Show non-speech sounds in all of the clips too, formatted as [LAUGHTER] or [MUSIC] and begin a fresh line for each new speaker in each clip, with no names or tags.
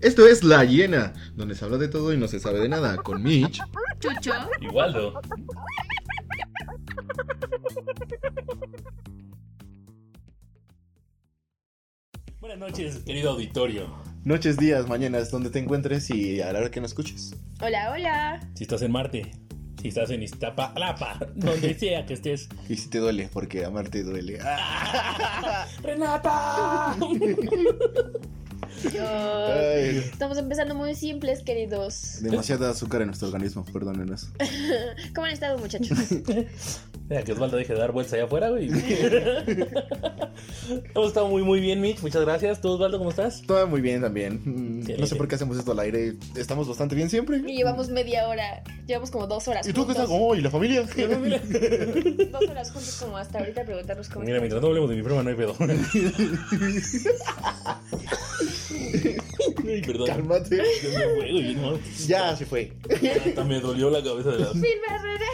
Esto es La Hiena, donde se habla de todo y no se sabe de nada, con Mitch,
Chucho,
Y Waldo. Buenas noches, querido auditorio.
Noches, días, mañanas, donde te encuentres y a la hora que nos escuches.
hola, hola.
Si estás en Marte, si estás en Iztapalapa, [LAUGHS] donde sea que estés.
Y si te duele, porque amarte duele. Ah,
¡Renata!
Yo-
ay,
Estamos empezando muy simples, queridos.
demasiada azúcar en nuestro organismo, perdónenos.
¿Cómo han estado, muchachos?
[LAUGHS]
[LAUGHS]
Mira que Osvaldo deje de dar vueltas allá afuera, güey. Hemos estado muy, muy bien, Mitch. Muchas gracias. ¿Tú, Osvaldo, cómo estás?
Todo muy bien también. Mm,
Sí,
No
sí.
sé por qué hacemos esto al aire. Estamos bastante bien siempre.
Y llevamos media hora, llevamos como dos horas.
¿Y tú qué estás?
juntos.
Oh, ¿y la familia?
Dos horas juntos, como hasta ahorita preguntarnos cómo.
Mira, mientras no hablemos de mi prueba, no hay pedo. [LAUGHS] Ay, perdón.
Cálmate.
Yo me fue, güey, no.
Ya se fue.
Hasta me dolió la cabeza de la...
¡Firme, René!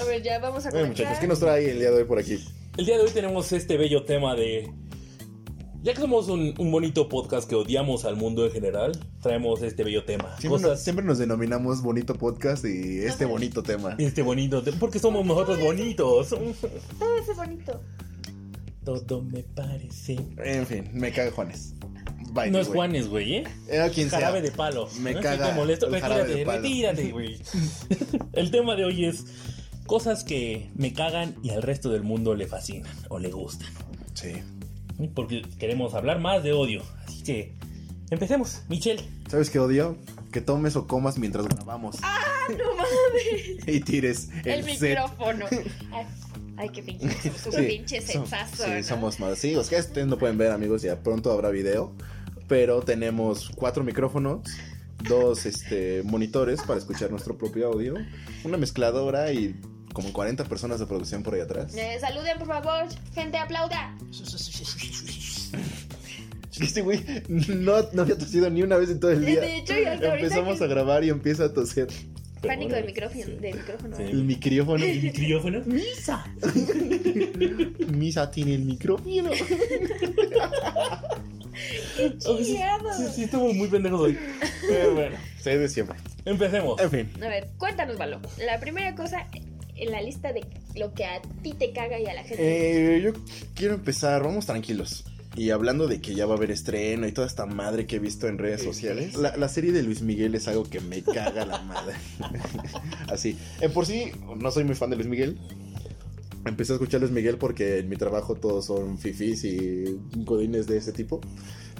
A ver, ya vamos a
Bueno,
comenzar.
muchachos, ¿qué nos trae el día de hoy por aquí?
El día de hoy tenemos este bello tema de... Ya que somos un, un bonito podcast que odiamos al mundo en general, traemos este bello tema.
Siempre, nos,
Cosas...
siempre nos denominamos bonito podcast y este bonito tema.
Este bonito... te- Porque somos nosotros bonitos.
Todo
[LAUGHS]
es bonito.
Todo me parece...
En fin, me caga Juanes. Bye,
no es
güey.
Juanes, güey, ¿eh?
Era quien sea.
Jarabe de palo.
Me
¿no?
caga
Si te molesto,
el jarabe
retírate,
de palo.
retírate, güey. [LAUGHS] el tema de hoy es cosas que me cagan y al resto del mundo le fascinan o le gustan.
Sí.
Porque queremos hablar más de odio. Así que empecemos, Michelle.
¿Sabes qué odio? Que tomes o comas mientras grabamos.
No mames.
[LAUGHS] Y tires
El,
el, set. [LAUGHS]
micrófono. Ay, Ay, qué pinche. Es un
Sí,
pinche
som-
sensazo.
Sí, somos más. Sí, los que ustedes no pueden ver, amigos, ya pronto habrá video. Pero tenemos cuatro micrófonos, dos este, monitores para escuchar nuestro propio audio, una mezcladora y como 40 personas de producción por ahí
[LAUGHS]
atrás.
Eh, saluden, por favor. Gente, aplauda.
Este güey no, no había tosido ni una vez en todo el día.
De hecho, y hasta ahorita
Empezamos
que-
a grabar y empieza a toser
Pánico del
del
micrófono. Del micrófono.
Sí.
el
[LAUGHS]
micrófono.
¿El micrófono?
Misa tiene el micrófono.
Chillado.
Oh, Sí, sí, estamos muy pendejos hoy. Pero bueno,
Se de siempre.
empecemos.
En fin.
A ver, cuéntanos, Valo. La primera cosa en la lista de lo que a ti te caga y a la gente.
Eh, yo quiero empezar, vamos tranquilos. Y hablando de que ya va a haber estreno y toda esta madre que he visto en redes sociales, la, la serie de Luis Miguel es algo que me caga la madre. [LAUGHS] Así, Eh, por sí, no soy muy fan de Luis Miguel. Empecé a escuchar a Luis Miguel porque en mi trabajo todos son fifis y godines de ese tipo.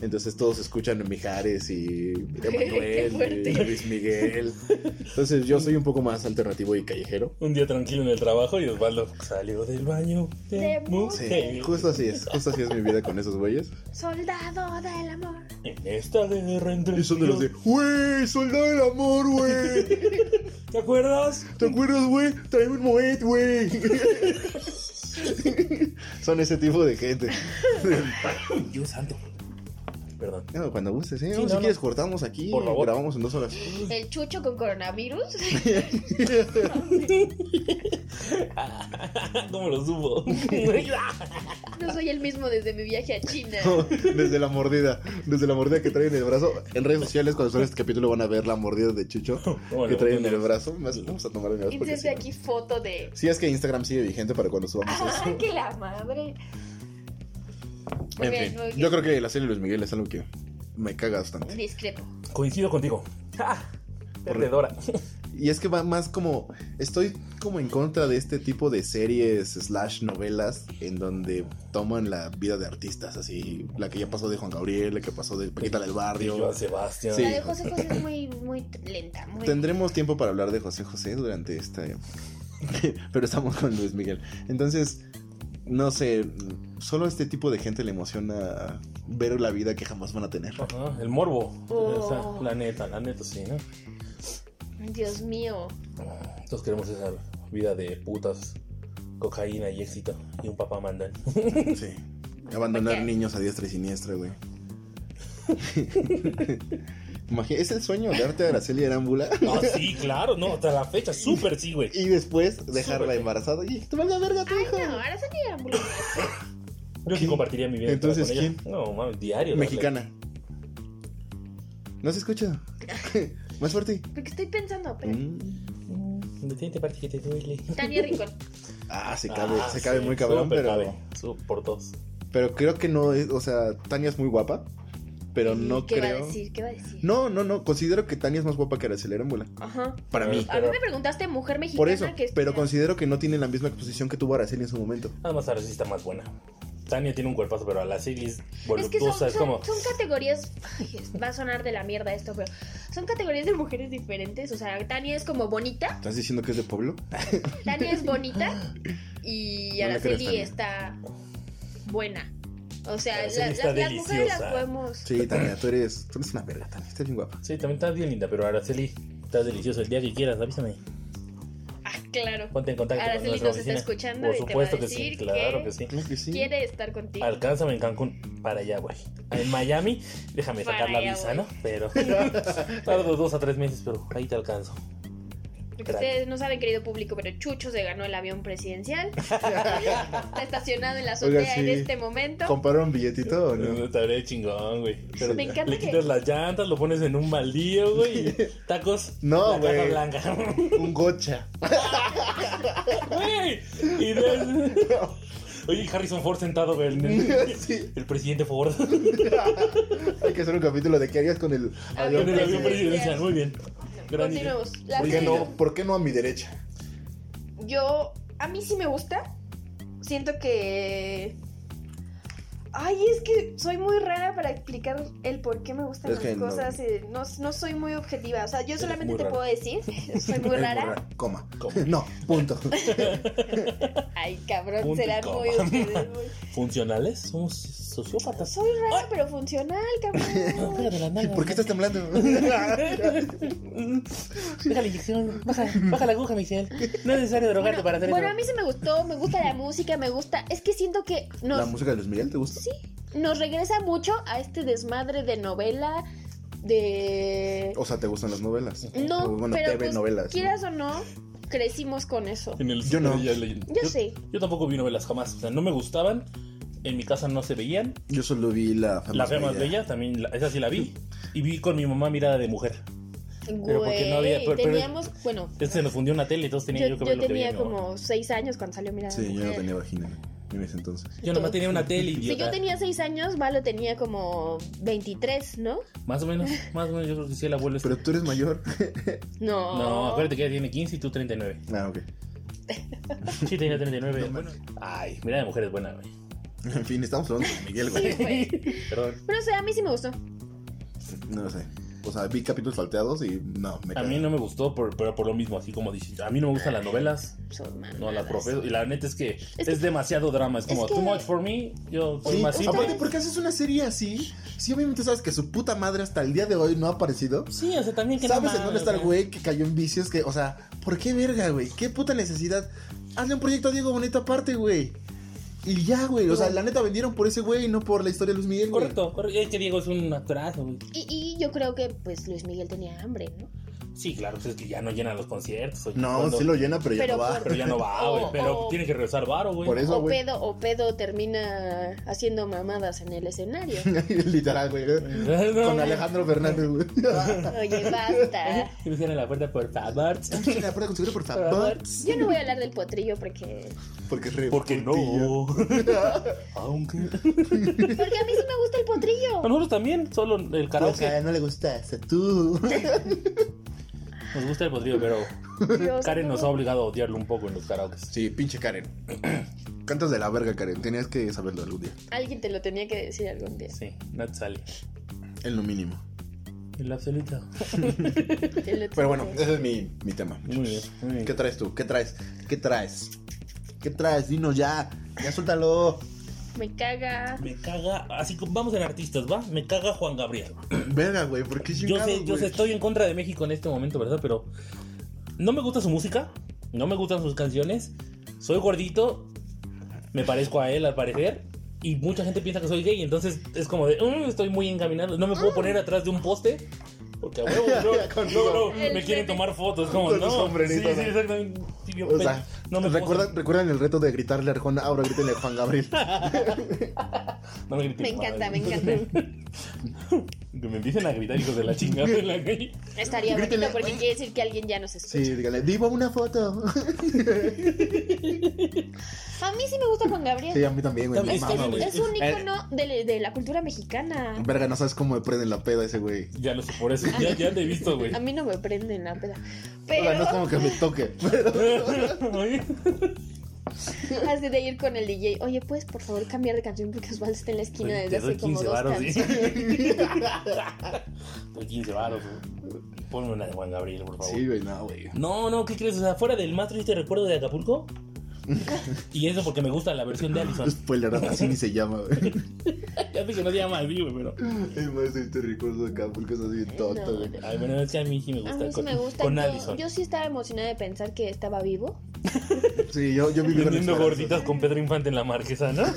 Entonces todos escuchan Mijares
[LAUGHS]
y
Qué
Emanuel
fuerte.
y Luis Miguel. Entonces yo soy un poco más alternativo y callejero.
Un día tranquilo en el trabajo y Osvaldo salió del baño de,
De
Sí,
mujer.
justo así es, justo así es mi vida con esos güeyes.
Soldado del amor.
En esta guerra entre
Y son de los de,
tíos.
güey, soldado del amor, güey.
¿Te acuerdas?
¿Te acuerdas, güey? Tráeme un moet, güey. [LAUGHS] son ese tipo de gente.
Dios santo. Perdón. [LAUGHS]
No, cuando gustes, ¿eh?
Sí,
No, si
no,
quieres,
no.
cortamos aquí.
Por favor.
Grabamos en dos horas. [LAUGHS]
El chucho con coronavirus. [LAUGHS]
¿Cómo lo
[LAUGHS]
supo?
No soy el mismo desde mi viaje a China.
Desde la mordida, desde la mordida que trae en el brazo. En redes sociales, cuando suene este capítulo, van a ver la mordida de Chucho que
[LAUGHS] Bueno,
trae en el
bueno.
brazo. Más- Vamos a tomar en el brazo. [LAUGHS] porque
Inserte
si no-
aquí foto de.
Sí, es que Instagram sigue vigente para cuando subamos eso.
¡Ah, que la madre! Muy
En
bien,
fin,
muy bien.
yo creo que la serie Luis Miguel es algo que me caga bastante.
Discrepo.
Coincido contigo.
Ah,
¡Ja! Perdedora.
Y es que va más como. Estoy como en contra de este tipo de series slash novelas en donde toman la vida de artistas, así. La que ya pasó de Juan Gabriel, la que pasó de Paquita del
[LAUGHS] Yo
Barrio.
a Sebastián.
Sí.
La de José José es muy, muy lenta. Muy...
Tendremos tiempo para hablar de José José durante esta. [LAUGHS] Pero estamos con Luis Miguel. Entonces, no sé. Solo a este tipo de gente le emociona ver la vida que jamás van a tener.
Ajá, el morbo.
Oh.
O sea, la neta, la neta, sí, ¿no?
Dios mío.
Todos queremos esa vida de putas, cocaína y éxito. Y un papá mandan.
[LAUGHS]
Sí. Abandonar
Porque-
niños a diestra y siniestra,
[LAUGHS]
güey. Imagi- es el sueño de arte de Araceli Arámbula. [LAUGHS]
No, Ah, sí, claro, no, hasta la fecha, súper sí, güey.
Y después dejarla
Súbete.
embarazada. Y te valga verga, tu
Ay,
hijo.
no, ahora salí de ambulancia.
Yo sí
¿Quién?
compartiría mi vida entera
Entonces,
con ella. No, mames, diario.
Mexicana.
darle.
No se
[LAUGHS]
escucha. Más fuerte.
Porque estoy pensando, pero.
Mm.
Detente, parte que te duele.
Tania Rincón.
Ah, se cabe,
Ah,
se
sí,
cabe muy cabrón,
súper
pero,
cabe, su- por dos.
pero creo que no es, o sea, Tania es muy guapa, pero
¿Y
no
¿Qué
creo.
va a decir? ¿Qué va a decir?
No, no, no, considero que Tania es más guapa que Araceli Arámbula.
Ajá.
Para mí.
A mí me preguntaste mujer mexicana
Por eso,
que es-
pero considero que no tiene la misma exposición que tuvo Araceli en su momento.
Nada más ahora sí está más buena. Tania tiene un cuerpazo, pero a la Siri es
Es que son,
voluptuosa. Es,
son-
como.
son categorías. Ay, es- va a sonar de la mierda esto, pero. Son categorías de mujeres diferentes. O sea, Tania es como bonita.
¿Estás diciendo que es de pueblo?
Tania es bonita. Y
No le creas,
Araceli
Tania.
está buena. O sea,
Araceli
la-
está
las- las mujeres las
deliciosa.
podemos.
Sí, Tania, tú eres, tú eres una verga, Tania, estás bien guapa.
Sí, también estás bien linda, pero Araceli, estás delicioso el día que quieras, avísame.
Ah, claro.
Ponte en contacto
Araceli
con nuestra
nos está
oficina.
escuchando
Por
y te va a
supuesto que sí,
decir
claro
que-
que sí.
Claro que sí.
Quiere estar contigo.
Alcánzame en Cancún para allá, güey. En Miami, déjame
Para
sacar la
allá,
visa,
güey.
¿no? Pero
[LAUGHS]
tardo dos a tres meses, pero ahí te alcanzo.
Lo que ustedes no saben, querido público, pero Chucho se ganó el avión presidencial. [LAUGHS] está estacionado en la azotea
Oiga, sí.
en este momento.
¿Comprar un billetito o no?
Estaré chingón, güey. Pero
Me encanta
le
que-
quitas las llantas, lo pones en un baldío,
[LAUGHS]
güey. y Tacos.
No,
la
güey.
caja blanca. [LAUGHS]
Un gocha.
Güey. Y de- Oye, Harrison Ford sentado, güey.
[LAUGHS]
en el-
[LAUGHS] Sí.
El presidente Ford.
Hay que hacer un capítulo de qué harías con el
Avión
avión.
En el avión
presidencial.
presidencial, muy bien. Gran idea.
Continuemos. La
Oiga,
serie-
no, ¿por qué no a mi derecha?
Yo, a mí sí me gusta. Siento que. Ay, es que soy muy rara para explicar el por qué me gustan
Es que
las
no.
cosas. eh, No. no soy muy objetiva. O sea, yo
Eres
solamente
muy
te
rara.
puedo decir, [LAUGHS] soy muy
Es
rara.
Coma.
Coma.
No,
[LAUGHS]
punto.
Ay, cabrón,
Punto y
serán
coma.
muy ustedes. muy-
[LAUGHS] ¿Funcionales? Somos sociópatas.
Soy rara, pero funcional, cabrón.
¿Por qué estás
[LAUGHS]
temblando?
Baja la inyección, baja, baja la aguja, Michelle. No es necesario
Bueno,
drogarte para hacer
bueno, a
eso.
mí sí me gustó, me gusta la música, me gusta. Es que siento que
¿La
nos,
música de Luis Miguel te gusta?
nos regresa mucho a este desmadre de novela, de.
O sea, ¿te gustan las novelas?
No,
O, bueno,
pero
TV
pues,
novelas. ¿no?
quieras o no, crecimos con eso.
En el
Yo no.
ya leí-
Yo sí.
Yo tampoco vi novelas jamás. O sea, no me gustaban. En mi casa no se veían.
Yo solo vi la fama
La fea más bella, también, la- esa sí la vi. Y vi con mi mamá mirada de mujer.
Güey,
porque no había- pero- pero-
teníamos, bueno,
Entonces se nos fundió una tele, entonces tenía
yo,
yo, que
yo
ver lo que veía
tenía
mi mamá.
como seis años cuando salió Mirada de
Sí, yo no
Mujer.
tenía vagina en ese entonces.
Yo nomás tenía una tele,
Si yo
idiota.
tenía seis años, Malo tenía como 23, ¿no?
Más o menos, más o menos, yo creo que Pues sí, el abuelo es...
Pero tú eres mayor. [LAUGHS]
No.
No, acuérdate que ella tiene 15 y tú 39.
Ah, ok.
Sí, tenía 39.
No,
Bueno, Ay, mira, de mujer es buena, güey.
[LAUGHS] En fin, estamos hablando de Miguel, güey.
Sí, güey.
[LAUGHS] Perdón.
Pero o sea, a mí sí me gustó.
No lo sé. O sea, vi capítulos salteados y no, me
A mí no me gustó, por- pero por lo mismo, así como dices, a mí no me gustan las novelas,
Son
no las
mamadas.
profeso. Y la neta es que es,
que-
demasiado drama, es como
es que-
too much for me, yo soy
Sí,
más simple.
aparte, porque haces una serie así? Si obviamente sabes que su puta madre hasta el día de hoy no ha aparecido.
Sí, o sea, también que no
¿Sabes en
mames,
dónde está el güey que cayó en vicios? Que, o sea, ¿por qué verga, güey? ¿Qué puta necesidad? Hazle un proyecto a Diego Bonito aparte, güey. Y ya, güey. O sea, la neta vendieron por ese güey y no por la historia de Luis Miguel, güey.
Correcto, correcto. Es que Diego es un actorazo, güey.
Y, y yo creo que pues Luis Miguel tenía hambre, ¿no?
Sí, claro, pues es que ya no llenan los conciertos. oye,
No,
cuando-
sí lo llena, pero ya
Pero
no va.
Pero ya no va, güey.
O-
pero
o-
tiene que regresar varo, güey.
Por eso,
o
güey.
pedo, o pedo termina haciendo mamadas en el escenario.
[LAUGHS]
[LAUGHS]
Literal, güey. Con
[LAUGHS]
Alejandro Fernández, güey. [LAUGHS]
Oye, basta.
Que me cierren la puerta, por favor.
¿La puede conseguir, por favor?
Yo no voy a hablar del potrillo porque.
Porque es re
Porque
putillo.
no. [LAUGHS] Aunque.
Porque a mí sí me gusta el
A
potrillo.
nosotros también, solo el
Porque
karaoke.
a él no le gustaste tú.
Nos gusta el podrido, pero
Dios,
Karen
no.
nos ha obligado a odiarlo un poco en los karaokes.
Sí, pinche Karen. [CLEARS THROAT] Cantas de la verga, Karen. Tenías que saberlo algún día.
Alguien te lo tenía que decir algún día.
Sí, Nat sale.
En lo mínimo.
El absoluto.
Te lo
Pero bueno,
tenía que-
ese es mi, mi tema.
Muy bien, muy bien.
¿Qué traes tú? ¿Qué traes? ¿Qué traes? ¿Qué traes? Dinos ya. Ya suéltalo. [CLEARS THROAT]
Me caga.
Me caga, así que vamos en artistas, ¿va? Me caga Juan Gabriel.
Verga, güey. ¿Por qué
Yo
chingados,
sé, yo
güey?
sé, estoy en contra de México en este momento, ¿verdad? Pero no me gusta su música, no me gustan sus canciones. Soy gordito, me parezco a él al parecer. Y mucha gente piensa que soy gay, entonces es como de, "Mm, estoy muy encaminado. No me puedo poner atrás de un poste. Porque
[LAUGHS]
a huevo, no,
Mm. Con
no,
su-
no, me
El
quieren
meme.
tomar fotos. Como,
Con su
no, sí, sí,
sombrerito, ¿no?
exactamente. tibio
O
pe-
sea,
no me
¿recuerdan,
puedo-
¿recuerdan el reto de gritarle a Arjona? Ahora grítenle a Juan Gabriel.
no me griten,
Me encanta, me
madre.
encanta.
Que me empiecen a gritar hijos de la chingada [LAUGHS] en la calle.
Estaría
Grítenle.
bonito porque quiere decir que alguien ya nos escucha.
Sí, dígale, diva una [LAUGHS] foto.
A mí sí me gusta Juan Gabriel.
Sí, a mí también, güey.
También
me
Es, que
mama, güey.
es un
Eh,
ícono de, de la cultura mexicana.
Verga, no sabes cómo me prenden la peda ese güey.
Ya lo sé, por eso. Ya, ya te he visto,
[LAUGHS]
güey.
A mí no me prenden la peda.
O sea, no es
Pero
como que me toque.
[LAUGHS] Oye,
[LAUGHS] has de ir con el DJ. Oye, ¿puedes por favor cambiar de canción? Porque Osvaldo está en la esquina desde
Te doy
hace como
15
dos
varos,
canciones.
sí.
[LAUGHS]
Doy 15 varos, güey. Ponme una de Juan Gabriel, por favor.
Sí, güey, no, güey.
No, no, ¿qué crees? O sea, fuera del más triste recuerdo de
[LAUGHS]
Acapulco. Y eso porque me gusta la versión de [LAUGHS] Allison.
Spoiler,
[LAUGHS]
así ni se llama, güey.
Ya sé que no se llama así, güey, pero.
Es más, este recuerdo de Acapulco es así bien tonto, güey.
Ay, bueno, es que a mí sí me
A
gusta.
mí sí
con,
me gusta.
Con
yo-
Allison.
yo sí estaba emocionada de pensar que estaba vivo.
Sí, yo, yo viví con
Vendiendo
esperanzas.
gorditas con Pedro Infante en la marquesa, ¿no? [LAUGHS]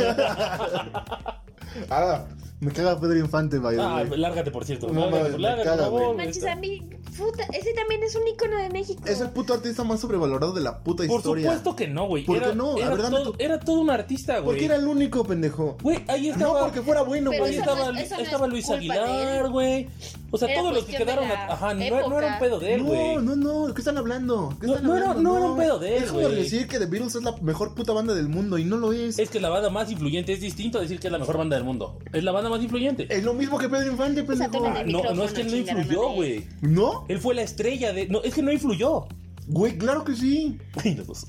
Ah, me caga Pedro Infante, güey.
Ah, lárgate, por cierto.
No,
lárgate,
mames, me
lárgate, por
caga, güey.
favor. este.
Manches,
güey.
a mí, puta, ese también es un icono de México.
Es el puto artista más sobrevalorado de la puta
Por
historia.
supuesto que no, güey.
¿Por
Era-
qué no? La
Era,
verdad me
todo,
to-
era todo un artista, güey.
Porque era el único, pendejo.
Güey, ahí
No
estaba.
porque fuera bueno,
Pero
Ahí
güey.
eso
estaba,
no es- eso no
estaba
es
Luis
culpa de
Aguilar,
él.
güey. O sea,
Era
todos los que
cuestión de
quedaron.
la
Ajá, no, era- no
época.
era un pedo de él, güey.
No, no, no, ¿qué están hablando? ¿Qué
No,
están
no era-
hablando?
no era un pedo de él,
Es como
güey.
decir que The Beatles es la mejor puta banda del mundo y no lo es. Es,
Es que la banda más influyente es distinto a decir que es la mejor banda del mundo. Es la banda más influyente.
lo mismo que Pedro Infante,
sea,
pendejo.
tomen el-
No, no
micrófono,
es que él no
chingada
influyó,
madre.
güey.
¿No?
Él fue la estrella de. No, es que
[LAUGHS]
no influyó.
Güey, claro que sí.
Ay, los dos.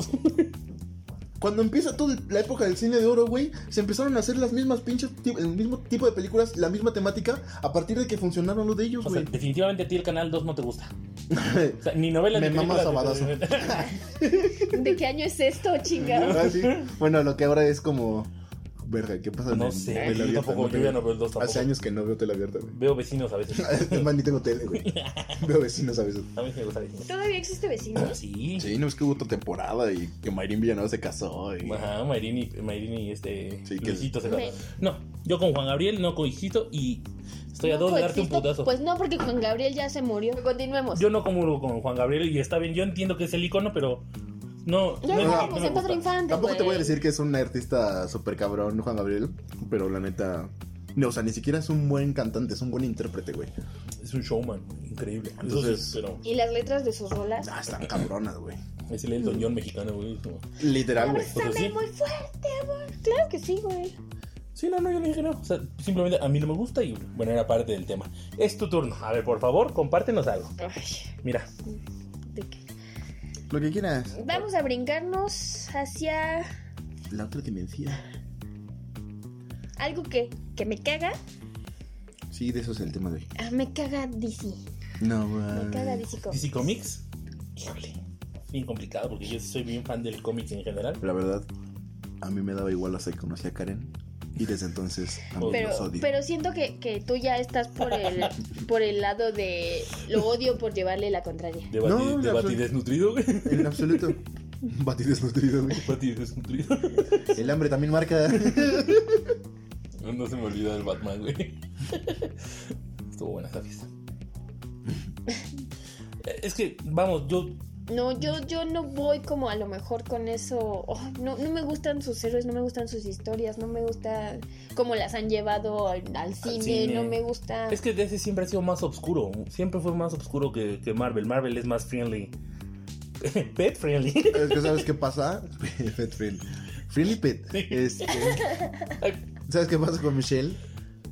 Cuando empieza toda la época del cine de oro, güey, se empezaron a hacer las mismas pinches, ti- el mismo tipo de películas, la misma temática, a partir de que funcionaron los de ellos,
O sea,
güey.
definitivamente a ti el canal 2 no te gusta. O sea, ni novelas
Me
ni
mama
películas de-
[LAUGHS]
¿De qué año es esto, chingado?
Ah, sí. Bueno, lo que ahora es como. Verga, ¿qué pasa?
[LAUGHS] No
en
sé,
tele
yo
abierta?
tampoco, yo ya no veo el dos
Hace
tampoco.
años que no veo tele abierta, güey. [LAUGHS]
Veo vecinos a veces.
Además, ni tengo tele,
[LAUGHS]
güey. Veo vecinos a veces.
A mí me gusta vecinos.
¿Todavía existe vecinos?
Sí.
Sí, no es que hubo otra temporada y que Mayrin Villanueva se casó. Y...
Ajá, Mayrini, Mayrini, este.
Sí, que-
Luisito se
Me-
No, yo con Juan Gabriel no coexisto y estoy a
¿No
dos de darte un
coexiste?
putazo.
Pues no, porque Juan Gabriel ya se murió. Continuemos.
Yo no comulgo con Juan Gabriel y está bien, yo entiendo que es el icono, pero no.
Ya
no es-
hablamos
no me
de Pedro
gusta.
Infante.
Tampoco te voy a
güey.
decir que es un artista súper cabrón, Juan Gabriel. Pero la neta. No, o sea, ni siquiera es un buen cantante, es un buen intérprete, güey.
Es un showman, increíble. Entonces,
Entonces-
¿Y las letras de sus rolas?
Ah, están cabronas, güey.
pero es el Elton John mexicano, güey. no.
Literal, güey.
O sea, sí.
Bésame muy fuerte, amor. Claro que sí, güey.
Sí, no, no, yo le dije que no. O sea, simplemente a mí no me gusta y bueno, era parte del tema. Es tu turno. A ver, por favor, compártenos algo.
Ay,
Mira,
¿de qué?
Lo que quieras.
Vamos a brincarnos hacia
La otra dimensión.
algo que, que me caga.
Sí, de eso es el tema de hoy.
Ah, me caga DC.
No,
Me caga
güey.
DC Comics.
DC Comics. Híjole, es bien complicado porque yo soy bien fan del cómics en general.
La verdad, a mí me daba igual hasta que conocí a Karen. Y desde entonces, a mí
Pero,
los odio.
pero siento que, que tú ya estás por el,
[LAUGHS]
por el lado de lo odio por llevarle la contraria.
Debati,
No, la
debati
absolut-
desnutrido, güey. [LAUGHS]
En absoluto. Batir desnutrido, güey.
Debati desnutrido.
El hambre también marca.
No se me olvida el Batman, güey. [LAUGHS] Estuvo buena esa fiesta. [LAUGHS] Es que, vamos, yo.
No, yo, yo no voy como a lo mejor con eso. oh, no, no me gustan sus héroes, no me gustan sus historias, no me gusta cómo las han llevado al, al cine,
cine.
no me gusta.
Es que DC siempre ha sido más oscuro. Siempre fue más oscuro que, que Marvel. Marvel es más friendly. [LAUGHS] Pet friendly.
Es que sabes qué pasa. [LAUGHS] Pet friend. Friendly pet. Este, ¿Sabes qué pasa con Michelle?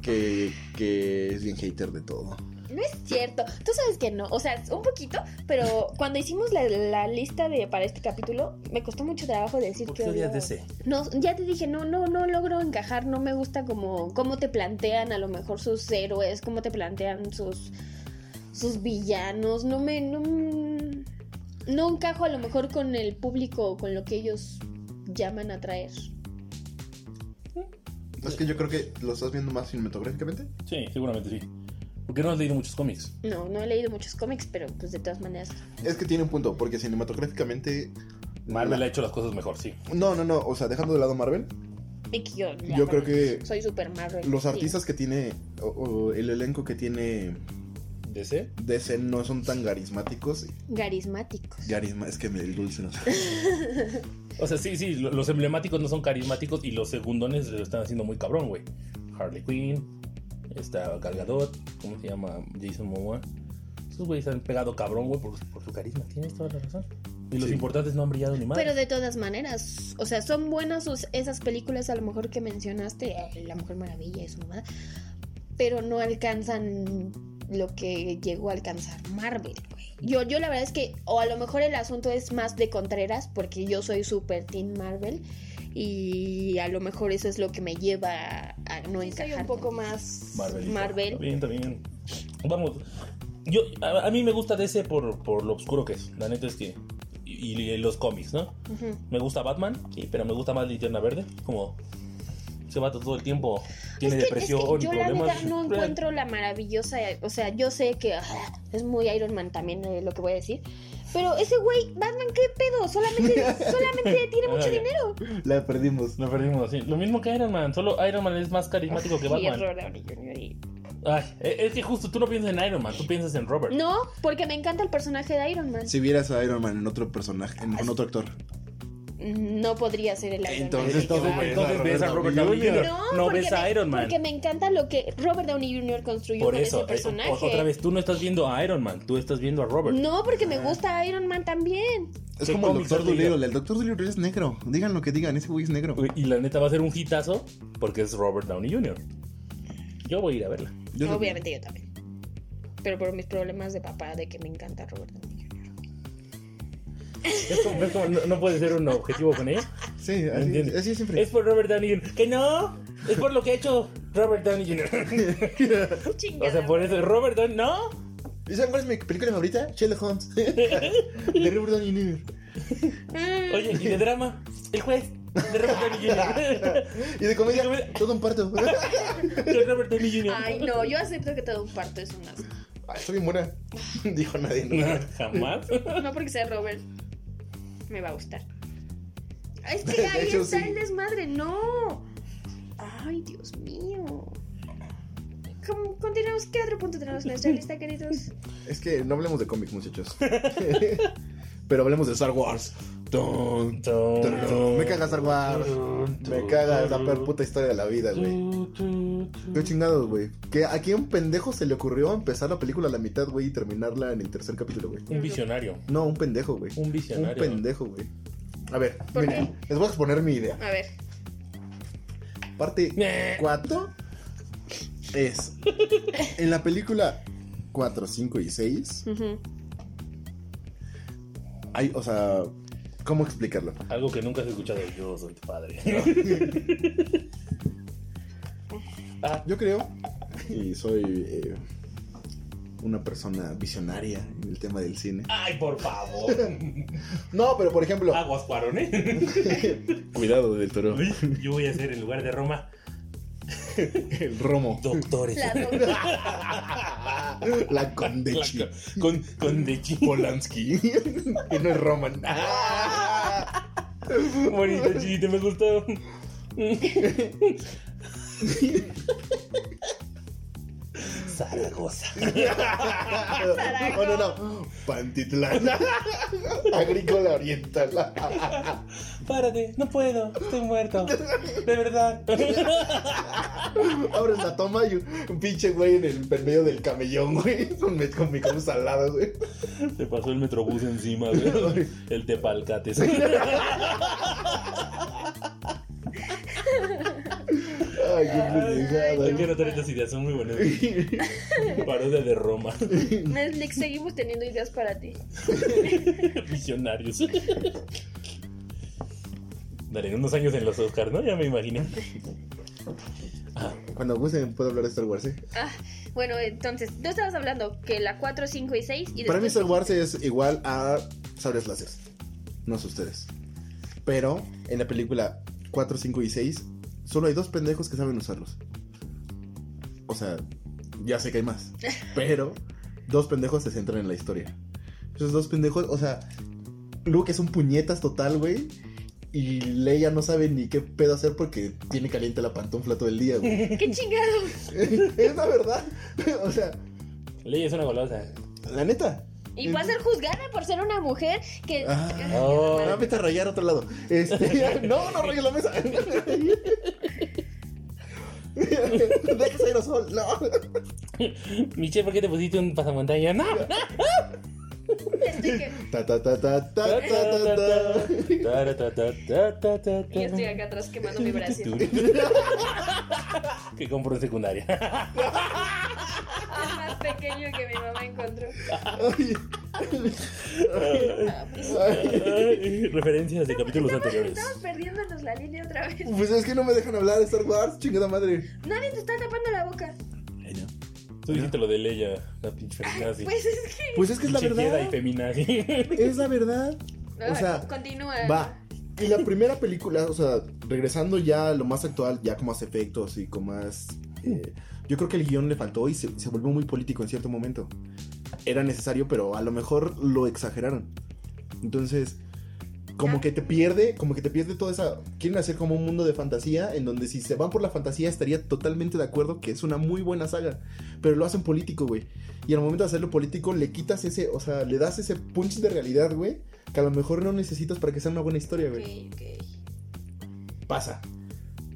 Que, que es bien hater de todo.
No es cierto. Tú sabes que no. O sea, un poquito, pero cuando hicimos la, la lista de para este capítulo, me costó mucho trabajo decir
¿Por
que
qué odias
odiaba.
DC?
No, ya te dije, no, no, no logro encajar, no me gusta como cómo te plantean a lo mejor sus héroes, cómo te plantean sus sus villanos, no me no, no encajo a lo mejor con el público o con lo que ellos llaman a traer.
Es que yo creo que lo estás viendo más cinematográficamente.
Sí, seguramente sí. Porque no has leído muchos cómics.
No, no he leído muchos cómics, pero pues de todas maneras.
Es que tiene un punto, porque cinematográficamente.
Marvel ha hecho las cosas mejor, sí.
No, no, no. O sea, dejando de lado Marvel,
y que yo ya
yo creo que
soy super Marvel.
los
sí.
artistas que tiene, o, o el elenco que tiene
DC.
DC no son tan carismáticos.
carismáticos.
Carisma, es que me- el dulce no
O sea, sí, sí, lo- los emblemáticos no son carismáticos y los segundones lo están haciendo muy cabrón, güey. Harley Quinn, está Galgadot, ¿cómo se llama? Jason Momoa. Esos güeyes han pegado cabrón, güey, por, por su carisma. Tienes toda la razón. Y los
Sí.
importantes no han brillado ni más.
Pero de todas maneras, o sea, son buenas sus- esas películas a lo mejor que mencionaste, eh, La Mujer Maravilla es una, pero no alcanzan lo que llegó a alcanzar Marvel, güey. Yo, yo la verdad es que, o a lo mejor el asunto es más de Contreras, porque yo soy super Team Marvel, y a lo mejor eso es lo que me lleva a no
Sí, soy
encajar.
un poco más.
Marvelita.
Marvel.
Está bien, está bien. Vamos. Yo, a, a mí me gusta DC por, por lo oscuro que es. La neta es que. Y, y los cómics, ¿no?
Ujú.
Me gusta Batman, sí, pero me gusta más Linterna Verde. Como. Se vato todo el tiempo.
es
Tiene
que, es que
depresión y
yo la
problemas.
neta no encuentro la maravillosa, o sea, yo sé que ah, es muy Iron Man también eh, lo que voy a decir, pero ese güey, Batman, ¿qué pedo?
[LAUGHS]
Solamente, solamente tiene mucho
Ah, ya.
dinero.
[LAUGHS] La perdimos.
Lo perdimos, sí. Lo mismo que Iron Man, solo Iron Man es más carismático que
Y
Batman.
error, Downey Jr. y-
Ay, e- es que justo tú no piensas en Iron Man, tú piensas en Robert.
No, porque me encanta el personaje de Iron Man.
Si vieras a Iron Man en otro personaje, en, con otro actor.
No podría ser el Iron
Entonces,
Man. del que
entonces,
va.
güey,
Entonces ves a Robert Downey Jr. No,
porque
ves a
me-
Iron Man.
Porque me encanta lo que Robert Downey Jr. construyó
Por
con
eso, eh,
ese personaje.
o- otra vez, tú no estás viendo a Iron Man, tú estás viendo a Robert. Ah.
No, porque me gusta Iron Man también.
Es
¿Qué
como el
cómics
Doctor
has leído?
Dolittle. El Doctor Dolittle es negro. Digan lo que digan, ese güey es negro.
Güey, Y la neta va a ser un hitazo porque es Robert Downey Jr. Yo voy a ir a verla.
Yo lo-
Obviamente yo también. Pero por mis problemas de papá, de que me encanta Robert Downey Jr.
Es como- ves como no, no puede ser un objetivo con ella.
Sí, [LAUGHS]
¿Me
así,
entiendes?
así es siempre.
Es por Robert Downey Jr. Que no, es por lo que ha hecho Robert Downey
[LAUGHS]
Jr. [LAUGHS] o sea, por eso, Robert Downey, no.
¿Y saben cuál es mi película favorita? Sherlock
[LAUGHS]
Holmes. de Robert Downey Jr.
Mm,
Oye, y de drama, el juez. De Robert Downey Jr.
[LAUGHS]
Y de comedia,
Y de comedia.
todo un
[LAUGHS]
parto.
De Robert Downey Jr.
Ay, no, yo acepto que todo un parto es un asco.
Ay, está Ah, bien buena. [LAUGHS] Dijo nadie. ¿no?
No, [LAUGHS] jamás.
No porque sea Robert, me va a gustar. Es
[LAUGHS]
que
De
ahí
hecho,
está
sí.
el desmadre, no. Ay, Dios mío. ¿Cómo- Continuamos, ¿qué otro punto tenemos en
[LAUGHS]
nuestra lista, queridos?
Es que no hablemos de cómics,
[LAUGHS]
muchachos. [LAUGHS] Pero hablemos de Star Wars. Dun, dun, dun. Me caga Star Wars. Me caga la peor puta historia de la vida, güey. Qué chingados, güey. Que aquí a un pendejo se le ocurrió empezar la película a la mitad, güey, y terminarla en el tercer capítulo, güey.
Un visionario.
No, un pendejo, güey.
Un
Un
visionario.
pendejo, güey. A ver,
¿Por
miren, les voy a exponer mi idea.
A ver,
Parte
Nah.
4 es en la película 4, 5 y 6
ujú,
hay, o sea, ¿cómo explicarlo?
Algo que nunca has escuchado. Yo soy tu padre.
[LAUGHS] Yo creo y soy eh, una persona visionaria en el tema del cine.
Ay, por favor.
[LAUGHS] No, pero por ejemplo,
Aguas Cuarón. ¿eh?
[LAUGHS] cuidado del
[LAUGHS]
toro,
Yo voy a ser en lugar de Roma
el romo,
doctores.
[LAUGHS]
la roca.
la condechi,
La- con, con de chivo
Polanski, [LAUGHS] y no es Roman. Ah.
[LAUGHS] bonito chiste, me gustó. Zaragoza.
Oh, no, no, Pantitlán, [LAUGHS] agrícola oriental.
Párate, no puedo,
[LAUGHS]
estoy muerto. [LAUGHS] De verdad. [LAUGHS]
Abres la toma y un, un pinche güey en el en medio del camellón, güey. Con, me- con mi con salado, güey.
Se pasó el metrobús encima, güey. El tepalcate. [LAUGHS]
Ay, qué pendejada.
Ay, quiero tener estas ideas, son muy buenas. Parodia de Roma. [LAUGHS]
Netflix, seguimos teniendo ideas para ti.
[LAUGHS] Visionarios. Daré unos años en los Oscars, ¿no? Ya
[LAUGHS]
me imagino.
Cuando gusten puedo hablar de Star Wars, ¿eh?
Ah, bueno, entonces, tú estabas hablando que la 4, 5 y 6 y
Para mí
después-
Star Wars es igual a Sables Láseres. No sé ustedes. Pero en la película 4, 5 y 6 solo hay dos pendejos que saben usarlos. O sea, ya sé que hay
[LAUGHS]
más. Pero dos pendejos se centran en la historia. Esos dos pendejos, o sea, Luke es un puñetas total, güey. Y Leia no sabe ni qué pedo hacer porque tiene caliente la pantufla todo el día, güey. [LAUGHS]
[LAUGHS] ¡Qué chingado!
es la verdad. [LAUGHS] o sea,
Ley es una golosa.
la neta.
Y
[LAUGHS]
va a ser juzgada por ser una mujer que...
Ah.
Oh,
Ah, vete a [LAUGHS] rayar a otro lado. Este, no, no rayes la mesa. Deja ese aerosol, no.
Michelle, ¿por qué te pusiste un pasamontaña? ¡No!
Ah.
Estoy que-
Ta, ta, ta, ta, ta, ta, ta, ta.
Ta, ta, ta, ta, ta, ta,
Y yo estoy
ta.
acá atrás quemando mi [LAUGHS] brazo.
Que compro en secundaria. [LAUGHS]
El más pequeño que mi mamá encontró.
Ay.
Ay, Referencias de capítulos anteriores.
Estamos perdiéndonos la línea otra vez.
Pues es que no me dejan hablar de Star Wars, chingada madre.
Nadie te está tapando la boca.
Tú dijiste lo de Leia, la pinche feminazi.
Pues es que.
Pues es que es la
Pinche Jedi
verdad.
feminazi.
Es la verdad. O sea,
continúa.
Va. Y la primera película, o sea, regresando ya a lo más actual, ya con más efectos y con más... eh, yo creo que el guión le faltó y se, se volvió muy político en cierto momento. Era necesario, pero a lo mejor lo exageraron. Entonces, como que te pierde, como que te pierde toda esa... Quieren hacer como un mundo de fantasía en donde si se van por la fantasía estaría totalmente de acuerdo que es una muy buena saga. Pero lo hacen político, güey. Y al momento de hacerlo político le quitas ese, o sea, le das ese punch de realidad, güey. Que a lo mejor no necesitas para que sea una buena historia,
Ok,
güey.
ok.
Pasa.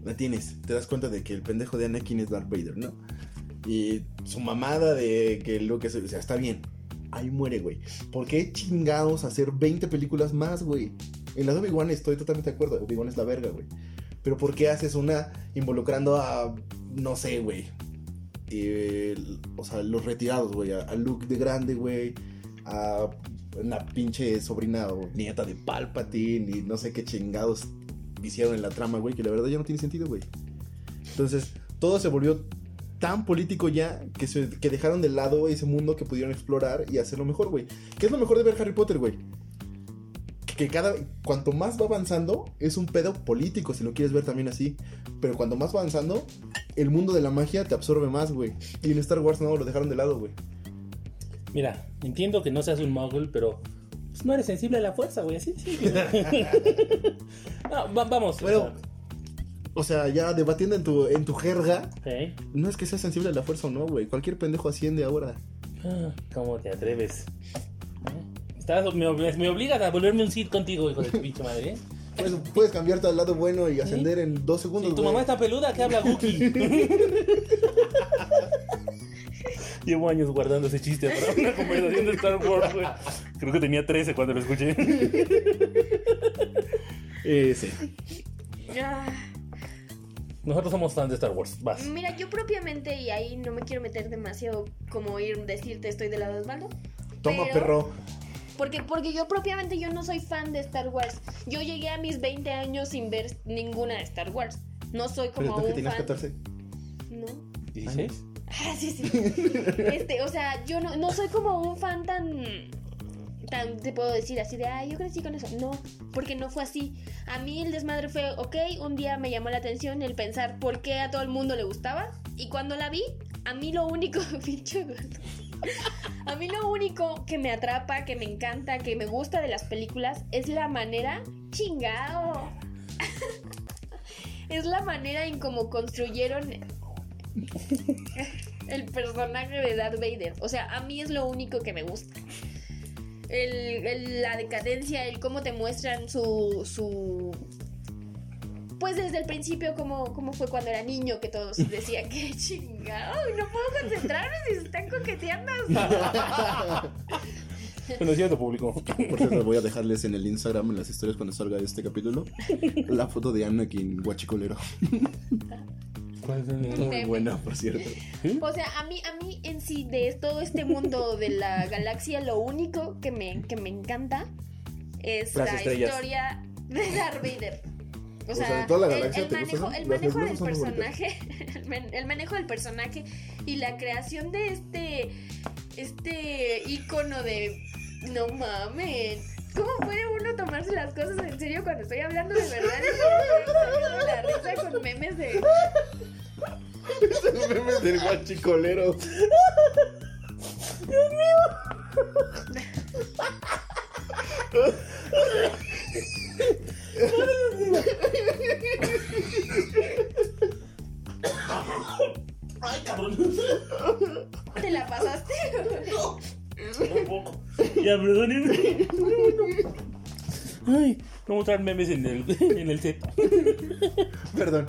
La tienes. Te das cuenta de que el pendejo de Anakin es Darth Vader, ¿no? Y su mamada de que Luke es... O sea, está bien. Ahí muere, güey. ¿Por qué chingados hacer 20 películas más, güey? En la de Obi-Wan estoy totalmente de acuerdo. Obi-Wan es la verga, güey. Pero ¿por qué haces una involucrando a... No sé, güey. el- o sea, los retirados, güey. A, a Luke de grande, güey. A una pinche sobrina o nieta de Palpatine. Y no sé qué chingados hicieron en la trama, güey, que la verdad ya no tiene sentido, güey. Entonces, todo se volvió tan político ya que, se, que dejaron de lado ese mundo que pudieron explorar y hacerlo mejor, güey. ¿Qué es lo mejor de ver Harry Potter, güey? Que cada. Cuanto más va avanzando, es un pedo político, si lo quieres ver también así. Pero cuanto más va avanzando, el mundo de la magia te absorbe más, güey. Y en Star Wars no, lo dejaron de lado, güey.
Mira, entiendo que no seas un muggle, pero pues, no eres sensible a la fuerza, güey. Así de simple. [LAUGHS] no, va- vamos. o
Bueno, O sea, ya debatiendo en tu, en tu jerga,
sea, ok.
no es que seas sensible a la fuerza o no, güey. Cualquier pendejo asciende ahora.
Ah, ¿Cómo te atreves? ¿Eh? Estás, me, ob- me obligas a volverme un Sith contigo, hijo de tu pinche madre. ¿eh?
Puedes, puedes cambiarte al lado bueno y ascender en dos segundos.
Si tu
güey.
mamá está peluda, que habla Guki. Llevo años guardando ese chiste para una conversación de Star Wars, güey. Creo que tenía 13 cuando lo escuché.
Eh, sí.
Ah,
Nosotros somos fans de Star Wars. Vas.
mira, yo propiamente, y ahí no me quiero meter demasiado como ir decirte estoy del lado de Osvaldo.
Toma,
Pero-
perro.
Porque, porque yo propiamente yo no soy fan de Star Wars. Yo llegué a mis 20 años sin ver ninguna de Star Wars. No soy
Pero
como
tú que
un
tenías
fan. [LAUGHS]
14.
No.
¿16?
[LAUGHS] Ah, sí, sí. Este, o sea, yo no, no soy como un fan tan. Tan, te puedo decir así de, ah, yo crecí con eso. No, porque no fue así. A mí el desmadre fue, ok, un día me llamó la atención el pensar por qué a todo el mundo le gustaba. Y cuando la vi, a mí lo único, [LAUGHS] pinche gordo. A mí lo único que me atrapa, que me encanta, que me gusta de las películas es la manera chingao. [LAUGHS] es la manera en cómo construyeron el personaje de Darth Vader. O sea, a mí es lo único que me gusta. El- el- la decadencia, el cómo te muestran su, su... Pues desde el principio, cómo, cómo fue cuando era niño, que todos decían que chingado, no puedo concentrarme si se están coqueteando.
Bueno, cierto, público.
Por cierto, voy a dejarles en el Instagram, en las historias cuando salga este capítulo, la foto de Anakin guachicolero.
Muy
buena, por [LAUGHS] cierto.
O sea, a mí, a mí en sí, de todo este mundo de la galaxia, lo único que me, que me encanta es
Las
la
estrellas.
historia de Darth Vader. O
O
sea,
sea, de toda la
el-
galaxia,
el,
¿te gustan?
manejo,
Las
el manejo
Blues
del
son bonitas.
personaje, [LAUGHS] el, men- el manejo del personaje y la creación de este, este icono de, no mames, ¿cómo puede uno tomarse las cosas en serio cuando estoy hablando de
[LAUGHS]
verdad? La risa con memes de,
El meme del guachicolero.
Ay, cabrón.
¿te la pasaste? [LAUGHS]
Tampoco. Ya, perdónenme. Ay, no mostrar memes en el, en el set.
Perdón.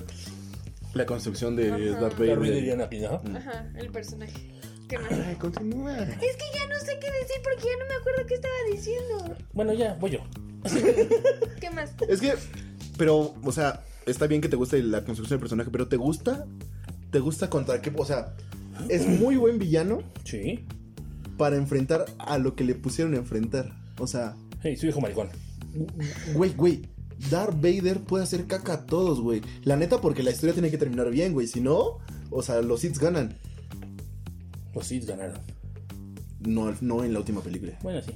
La construcción de
Ajá.
Darth
La ruina de
Vader.
Diana aquí, ¿no?
Ajá, el personaje. ¿Qué más?
Ay, continúa.
Es que ya no sé qué decir porque ya no me acuerdo qué estaba diciendo.
Bueno, ya, voy yo.
¿Qué más?
Es que, pero, o sea, está bien que te guste la construcción del personaje, pero ¿te gusta? ¿Te gusta contra qué? O sea, es muy buen villano
Sí.
para enfrentar a lo que le pusieron a enfrentar. O sea,
Hey, su hijo maricón.
Güey, güey. Darth Vader puede hacer caca a todos, güey. La neta, porque la historia tiene que terminar bien, güey. Si no, o sea, los Sith ganan.
Los Sith ganaron.
No, no en la última película.
Bueno, sí.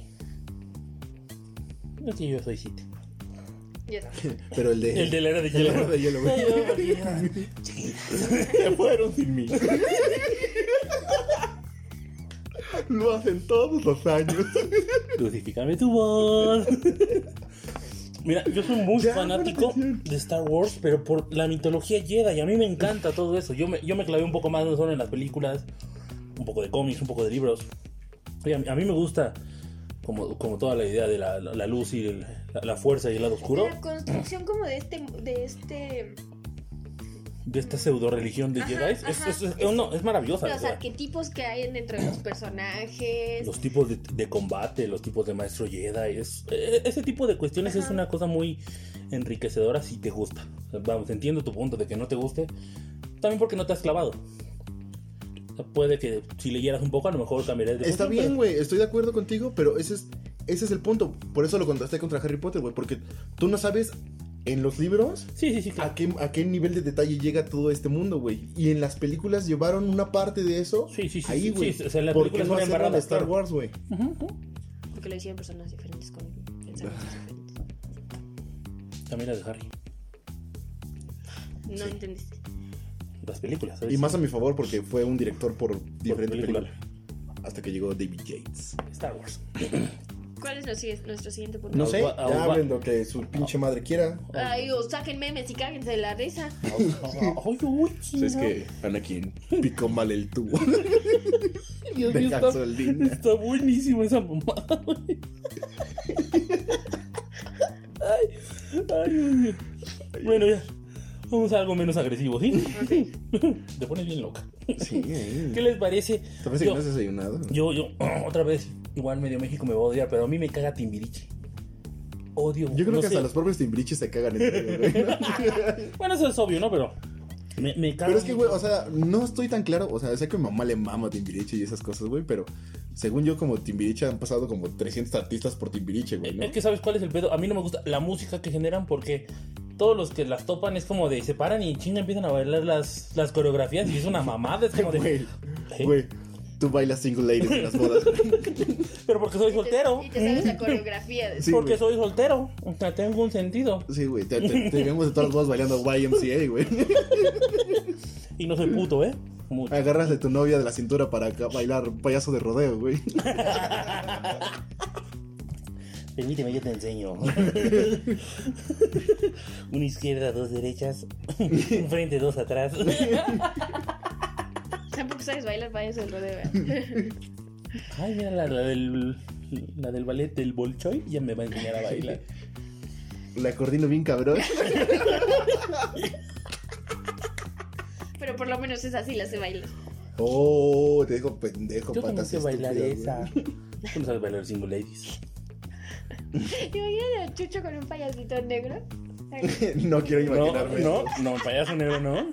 No que yo soy Sith.
Ya está.
Pero el de.
El de la era
[LAUGHS]
de
el de la
hielo. [LAUGHS]
era de hielo, güey. [LAUGHS]
Se fueron sin mí.
Lo hacen todos los años.
Crucifícame tu voz. Mira, yo soy muy
Ya,
fanático
buena canción.
de Star Wars, pero por la mitología Jedi, y a mí me encanta todo eso. Yo me, yo me clavé un poco más no solo en las películas, un poco de cómics, un poco de libros. Oye, a, mí- a mí me gusta como, como toda la idea de la, la- la luz y el- la, la fuerza y el lado oscuro
La construcción como de este, de este,
de esta pseudo religión de
Ajá,
Jedi. Es,
ajá.
es- es- no, es maravillosa. o
los
sea,
arquetipos que hay dentro de los personajes.
los tipos de, de combate, los tipos de maestro Jedi, es, e- ese tipo de cuestiones es
Ajá.
una cosa muy enriquecedora si te gusta. O sea, Vamos, entiendo tu punto de que no te guste, también porque no te has clavado. O sea, Puede que si leyeras un poco, a lo mejor cambiarías de
Está
cuestión,
bien, güey. Estoy de acuerdo contigo, pero ese es, ese es el punto. Por eso lo contrasté contra Harry Potter, güey. Porque tú no sabes en los libros
pero- Sí, sí, sí, claro.
a qué, a qué nivel de detalle llega todo este mundo, güey. Y en las películas llevaron una parte de eso.
Sí, sí, sí,
Ahí,
sí,
güey.
sí, o sea, las
¿Por qué
películas
no hacerlo
son
en
embarradas,
Star
claro.
Wars, güey?
Ujú, ujú.
Porque lo hicieron personas diferentes con
Ah.
pensamientos diferentes.
También las de Harry,
No entendiste.
las películas. ¿sabes?
Y más a mi favor porque fue un director por diferente
película.
película. Hasta que llegó David Yates.
Star Wars.
¿Cuál es lo sigui- nuestro siguiente punto?
No
Aus-
sé,
Aus-
ya hablen lo que su pinche madre quiera.
Ay, o saquen memes y cáguense de la risa.
[LAUGHS] Ay, uy,
Pues Es
chinga.
que Anakin picó mal el tubo
[LAUGHS] Dios
de
mío, está,
gasolina.
está buenísima esa mamada, güey. Ay, ay, Dios mío. Bueno, ya. Vamos a algo menos agresivo, ¿sí? [LAUGHS] Te pones bien loca.
Sí,
¿Qué
eh.
les parece?
¿Te parece
Yo-
que no has desayunado?
Yo, [CLEARS THROAT] yo, otra vez, igual medio México me va a odiar, pero a mí me caga Timbiriche. Odio.
Yo creo
no
que
sé.
hasta los propios timbriches se cagan entre ellos,
[LAUGHS]
güey.
Bueno, eso es obvio, ¿no? Pero me, me caga.
Pero es que, güey,
mucho.
o sea, no estoy tan claro. O sea, sé que mi mamá le mama a Timbiriche y esas cosas, güey, pero según yo, como Timbiriche han pasado como 300 artistas por Timbiriche, güey, ¿no?
Es que sabes cuál es el pedo. A mí no me gusta la música que generan porque todos los que las topan es como de se paran y chinga empiezan a bailar las, las coreografías y es una mamada. Es como de.
Güey, güey, tú bailas single ladies en las bodas,
[LAUGHS]
güey.
Pero porque soy [LAUGHS] soltero.
Y te sabes
[LAUGHS]
la coreografía de [LAUGHS]
Sí,
porque
güey.
soy soltero. O sea, tengo un sentido.
Sí, güey, te, te, te vemos de todas las bodas bailando YMCA, güey.
Y no soy puto, ¿eh? Mucho.
Agarras de tu novia de la cintura para acá bailar payaso de rodeo, güey.
Permíteme, yo te enseño. una izquierda, dos [LAUGHS] derechas. un frente, dos atrás.
Tampoco sabes bailar vayas del rodeo. ¿verdad?
[LAUGHS] Ay, mira la, la del. La del ballet del Bolchoy ya me va a enseñar
[LAUGHS]
a bailar.
La coordino bien
[LAUGHS]
cabrón.
Pero por lo menos es así la se baila.
Oh, te dejo pendejo,
Yo también
patas
sé bailar
estúpidas,
esa. Tú no sabes bailar single ladies.
Imagínate a Chucho con un payasito negro.
güey. [LAUGHS] No quiero
No,
imaginarme.
no, no, payaso negro, no.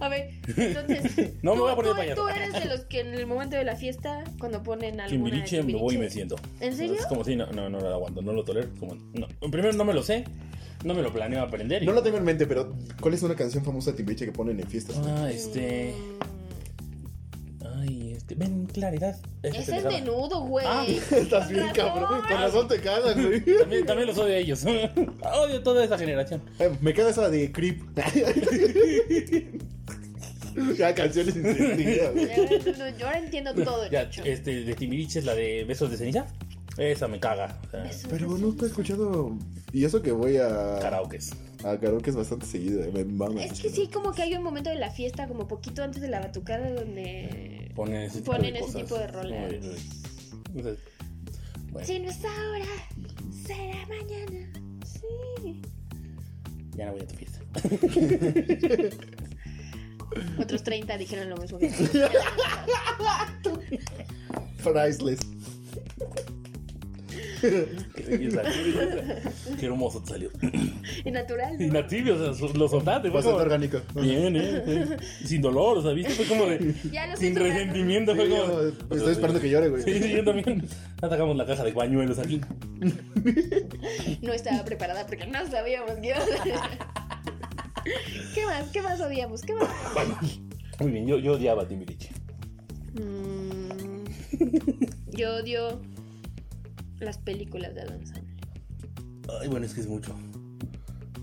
A ver, entonces.
[LAUGHS] No me voy a poner
tú,
payaso.
Tú eres de los que en el momento de la fiesta, cuando ponen alguna.
Chimbiriche, me voy y me siento.
¿En serio?
Es como si no, no, no lo aguanto, no lo tolero. Como, no. Primero no me lo sé, no me lo planeo aprender. y-
No lo tengo en mente, pero ¿cuál es una canción famosa de Timbiriche que ponen en fiestas?
Ah, este.
Mm,
Ay, este. Ven, claridad. Ese
Ese es menudo, güey.
este Ah,
[LAUGHS]
[LAUGHS]
Estás bien,
Con
cabrón. Con razón te cagas, güey.
También, también los odio a ellos. [LAUGHS] odio toda esa generación.
Eh, Me queda esa de Creep. [LAUGHS] ya, canciones sin sentido, güey.
Ya, no, Yo ahora
[LAUGHS]
entiendo todo.
Ya,
Chucho.
este, de Timbiriche es la de Besos de Ceniza. Esa me caga. O sea,
Eso
Pero pues,
es-
no te he escuchado. Y eso que voy a.
karaokes.
A karaoke es bastante seguido. eh, Me mama.
Es que sí, como que hay un momento de la fiesta, como poquito antes de la batucada, donde
Ponen ese tipo
ponen
de
ese
cosas.
tipo de rolas.
Como de- o sea, bueno,
Si no es ahora, será mañana. Sí.
[LAUGHS] ya no voy a tu fiesta.
Otros 30 dijeron lo
[LAUGHS]
mismo que yo.
Priceless.
Qué belleza, qué belleza. Qué hermoso te salió. [LAUGHS]
Y natural.
Y
¿no?
nativo, o sea, su- lo soltaste. Fue
Bastante
como, [LAUGHS]
orgánico.
bien, eh, eh. Sin dolor, o sea, viste, fue como
[LAUGHS]
de.
Ya lo
Sin
siento, pero-
resentimiento,
Sí,
fue como.
yo estoy esperando que llore, güey.
[LAUGHS] Sí, sí, yo también. Atacamos la caja de pañuelos aquí.
No estaba preparada porque no sabíamos qué iba a hacer. [LAUGHS] ¿Qué más? ¿Qué más odiamos? ¿Qué más?
Muy bien, yo, yo odiaba a Timbiriche.
Mm, yo odio las películas de Adam Sandler.
Ay, bueno, es que es mucho.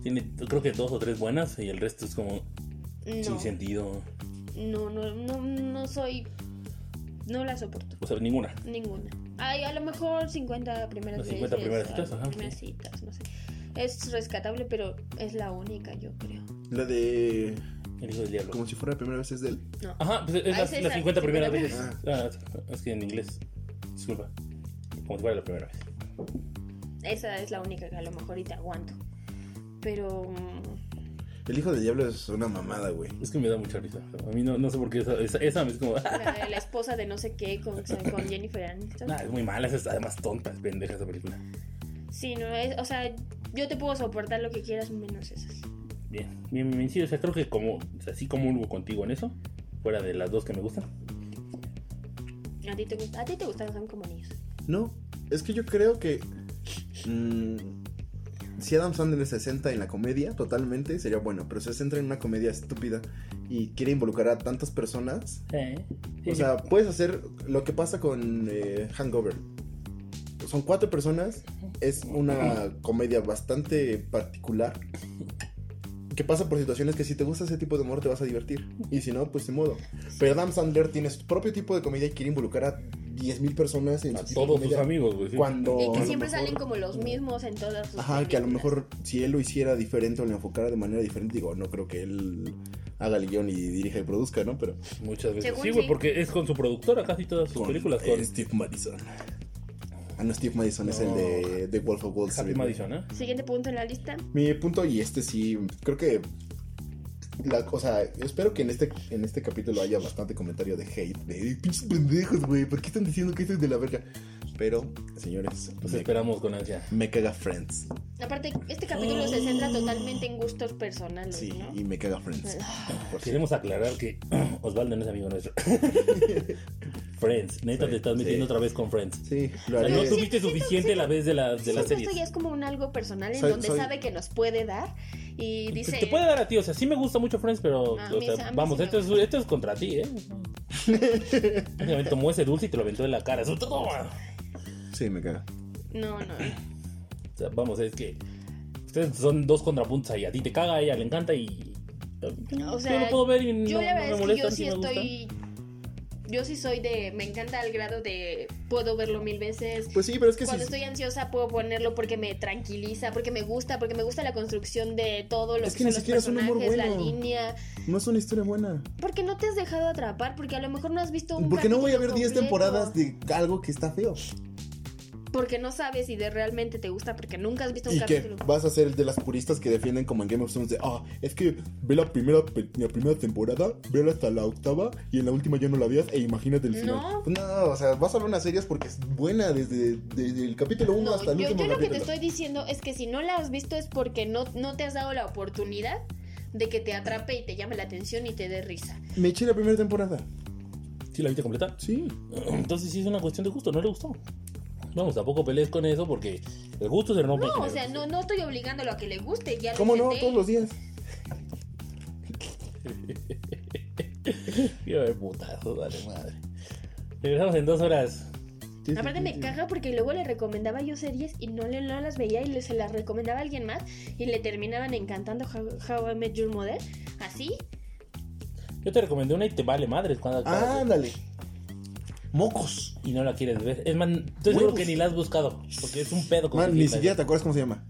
Tiene, yo creo que dos o tres buenas y el resto es como sin
No,
sentido.
no, no, no, no soy. No la soporto.
O sea, ninguna.
Ninguna. Ay, a lo mejor 50 primeras
Las 50
veces,
primeras citas,
ah,
ajá,
primeras citas, no sé. Es rescatable, pero es la única, yo creo.
La de.
El hijo del diablo.
Como si fuera la primera vez es del.
No.
Ajá, pues es
Ah,
las,
es
las
esa,
50 primeras
primera
veces. Ah, es que en inglés. Disculpa. Como si fuera la primera vez.
Esa es la única que a lo mejor y te aguanto. Pero. mm,
El hijo del diablo es una mamada, güey.
Es que me da mucha risa. A mí no, no sé por qué esa, esa, esa es como. [LAUGHS]
La, de la esposa de no sé qué con, con Jennifer Aniston.
Nah, ah, es muy mala, esa es además tonta, es pendeja esa película.
Sí, no es. O sea, yo te puedo soportar lo que quieras menos esas.
Bien, bien, bien, sí, o sea, creo que como, o sea, sí como hubo contigo en eso, fuera de las dos que me gustan.
A ti te, gusta- a ti te gustan son como niños.
No, es que yo creo que. mm, si Adam Sandler se centra en la comedia, totalmente sería bueno. Pero se centra en una comedia estúpida y quiere involucrar a tantas personas. O sea, puedes hacer lo que pasa con eh, Hangover. Son cuatro personas, es una comedia bastante particular que pasa por situaciones que si te gusta ese tipo de humor te vas a divertir y si no, pues de modo. Pero Adam Sandler tiene su propio tipo de comedia y quiere involucrar a 10.000 personas en
a
su tipo de
todos tus
comedia.
amigos, güey. sí.
Cuando
y
a
que
lo
siempre
mejor-
salen como los mismos en todas sus.
Ajá, que a lo
películas.
mejor si él lo hiciera diferente o lo enfocara de manera diferente, digo, no creo que él haga el guión y dirija y produzca, ¿no? Pero
Muchas veces.
Según
Sí, güey,
sí.
porque es con su productora casi todas sus
con,
películas.
eh,
Con
Steve Madison. Ah, no, Steve Madison es el
No.
de, de Wolf of Wall
Happy
Street.
Madison, ¿eh?
Siguiente punto en la lista.
Mi punto, y este sí, creo que. La, o sea, espero que en este, en este capítulo haya bastante comentario de hate. De "Ay, pinches pendejos, güey. ¿Por qué están diciendo que esto es de la verga? Pero, señores,
Los
me,
esperamos con ansia.
me caga Friends.
Aparte, este capítulo se centra totalmente en gustos personales,
Sí,
¿no?
y me caga Friends. Por si-
Queremos aclarar que [CLEARS THROAT] Osvaldo no es amigo
[LAUGHS]
nuestro. Friends, neta, te estás
Sí.
metiendo otra vez con Friends.
Sí, lo
O sea,
haré.
no
sí,
tuviste suficiente la vez de la, de la
Siento
serie.
esto ya es como un algo personal en
Soy-
donde
soy- Pues
sabe que nos puede dar y dice...
Te puede dar a ti, o sea, sí me gusta mucho Friends, pero
A
o
mí-
sea,
a mí
vamos,
sí me
esto, es,
gusta.
esto es contra ti, ¿eh? Me tomó ese dulce y te lo aventó en la cara. Eso, toma.
Sí, me caga.
No, no.
O sea, vamos, es que ustedes son dos contrapuntos ahí. A ti te caga, a ella le encanta y.
O
yo
sea,
lo puedo ver y no,
Yo la
no me
verdad es que
molesta.
yo
sí
sí
me gusta.
estoy... Yo sí soy de... Me encanta al grado de... Puedo verlo mil veces.
Pues sí, pero es que sí.
Cuando estoy ansiosa puedo ponerlo porque me tranquiliza, porque me gusta, porque me gusta la construcción de todo lo
Es que
que, son
ni
los
siquiera es un
personajes,
humor
la
bueno.
línea.
No es una historia buena.
Porque no te has dejado atrapar, porque a lo mejor no has visto un
Porque no voy a ver
capítulo
10
completo.
temporadas de algo que está feo.
Porque no sabes si de realmente te gusta, porque nunca has visto un
Y que
capítulo.
vas a ser de las puristas que defienden como en Game of Thrones de, ah, es que ve la primera, pe- la primera temporada, vela hasta la octava y en la última ya no la veas e imagínate el final.
No.
Pues No, o sea, vas a ver una serie porque es buena desde, desde el capítulo 1
No,
hasta el
yo,
último
yo lo que te
capítulo.
estoy diciendo es que si no la has visto es porque no, no te has dado la oportunidad de que te atrape y te llame la atención y te dé risa.
Me eché la primera temporada.
¿Sí la viste completa?
Sí.
Entonces sí es una cuestión de gusto, no le gustó. Vamos, tampoco pelees con eso porque el gusto se rompe.
No, o sea, no, no estoy obligándolo a que le guste. Ya lo
¿Cómo no?
intenté.
Todos los días.
Yo de putazo, dale madre. Regresamos en dos horas.
Aparte me caga porque luego le recomendaba yo series y no, le, no las veía y le- se las recomendaba a alguien más y le terminaban encantando How, How I Met Your Mother. Así.
Yo te recomendé una y te vale madres cuando
Ah, Ándale. Mocos.
y no la quieres ver. Es más, estoy seguro
Huevos.
que ni la has buscado porque es un pedo.
Man, ni
conseguirla.
siquiera te acuerdas cómo se llama.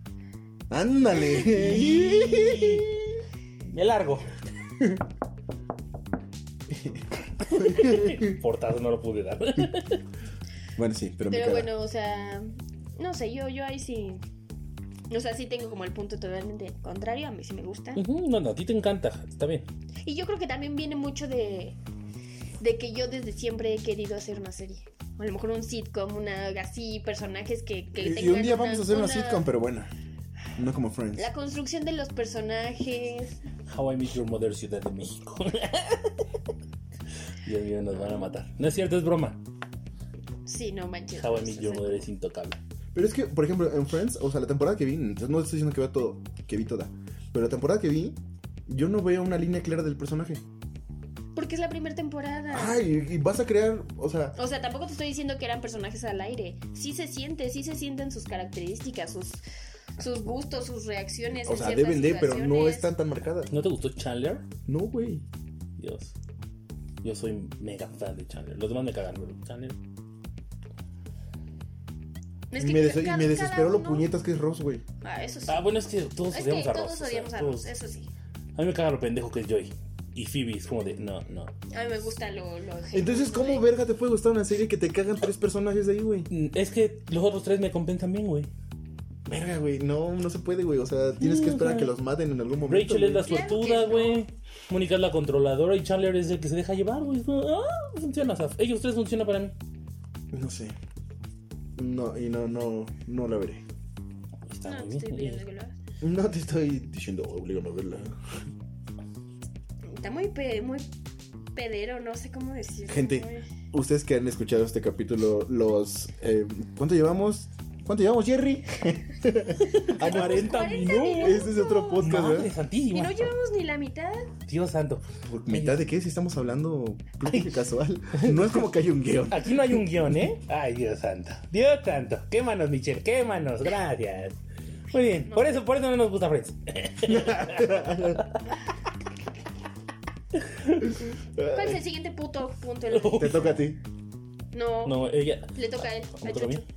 Ándale.
[LAUGHS] Me largo. [LAUGHS] Portazo no lo
[LAUGHS]
pude dar.
bueno, sí, pero me
Pero
caga.
bueno, o sea, no sé, yo, yo ahí sí O sea, sí tengo como el punto totalmente contrario, a mí sí me gusta.
Ujú, no, no, a ti te encanta, está bien.
Y yo creo que también viene mucho de, de que yo desde siempre he querido hacer una serie. A lo mejor un sitcom, una así, personajes que, que
Y, y
tengan
un día vamos a hacer una sitcom, pero bueno. No como Friends.
La construcción de los personajes.
How I Met Your Mother, Ciudad de México. [LAUGHS] Dios mío, nos van a matar. No es cierto, es broma.
Sí, no manches.
How I
pues,
Met
o
Your
sea,
Mother es intocable.
Pero es que, por ejemplo, en Friends, o sea, la temporada que vi, entonces no estoy diciendo que vea todo, que vi toda, pero la temporada que vi, yo no veo una línea clara del personaje.
Porque es la primera temporada.
Ay, y vas a crear, o sea,
Ah. O sea, tampoco te estoy diciendo que eran personajes al aire. Sí se siente, sí se sienten sus características, sus, sus gustos, sus reacciones.
o
en
sea,
ciertas
deben de, pero no
situaciones.
están tan marcadas.
¿No te gustó Chandler?
No, güey.
Dios. Yo soy mega fan de Chandler. Los demás me cagan, pero Chandler.
Es
Y
que
me,
ca-
des- y
cada-
me desespero
cada
lo
uno-
puñetas que es Ross, güey.
Ah, eso sí.
Ah, bueno, es que todos
es que
odiamos a Ross.
todos
o sea,
odiamos a
todos-
Ross, eh. eso sí.
A mí me caga lo pendejo que es Joy. Y Phoebe es como de, no, no.
A mí me gusta lo. lo
Entonces, ¿cómo
ver?
verga te puede gustar una serie que te cagan tres personajes de ahí, güey?
Mm, Es que los otros tres me compensan bien, güey.
Verga, güey, no, no se puede, güey. O sea, tienes que esperar a que los maten en algún momento.
Rachel es la
güey.
Claro que
suertuda,
no.
güey. Mónica es la controladora y Chandler es el que se deja llevar, güey. Es como, Ah, funciona, o sea, ellos tres funcionan para mí.
No sé. No, y no, no, no la veré.
Está
No,
muy
estoy
bien.
viendo que lo hagas.
No te estoy diciendo, obligame a verla.
Está muy, pe- muy pedero, no sé cómo decirlo.
Gente,
Muy-
ustedes que han escuchado este capítulo, los... eh, ¿Cuánto llevamos? ¿Cuánto llevamos,
[LAUGHS]
Jerry? a 40
40
minutos. Este es otro podcast,
Madre
¿verdad?
Y no
santísima.
llevamos ni la mitad.
Dios santo.
¿Por ¿Mitad de qué? Si estamos hablando plática casual. No es como que hay un guión.
Aquí no hay un guión, ¿eh? Ay, Dios santo. Dios santo. Quémanos, Michelle. Quémanos. Gracias. Muy bien. Por eso, por eso no nos gusta Friends.
¿Cuál es el siguiente puto
[LAUGHS]
punto? en la-
Te toca a ti.
No,
No, ella.
le toca a él.
¿Me
A
toca a mí?
Chucho.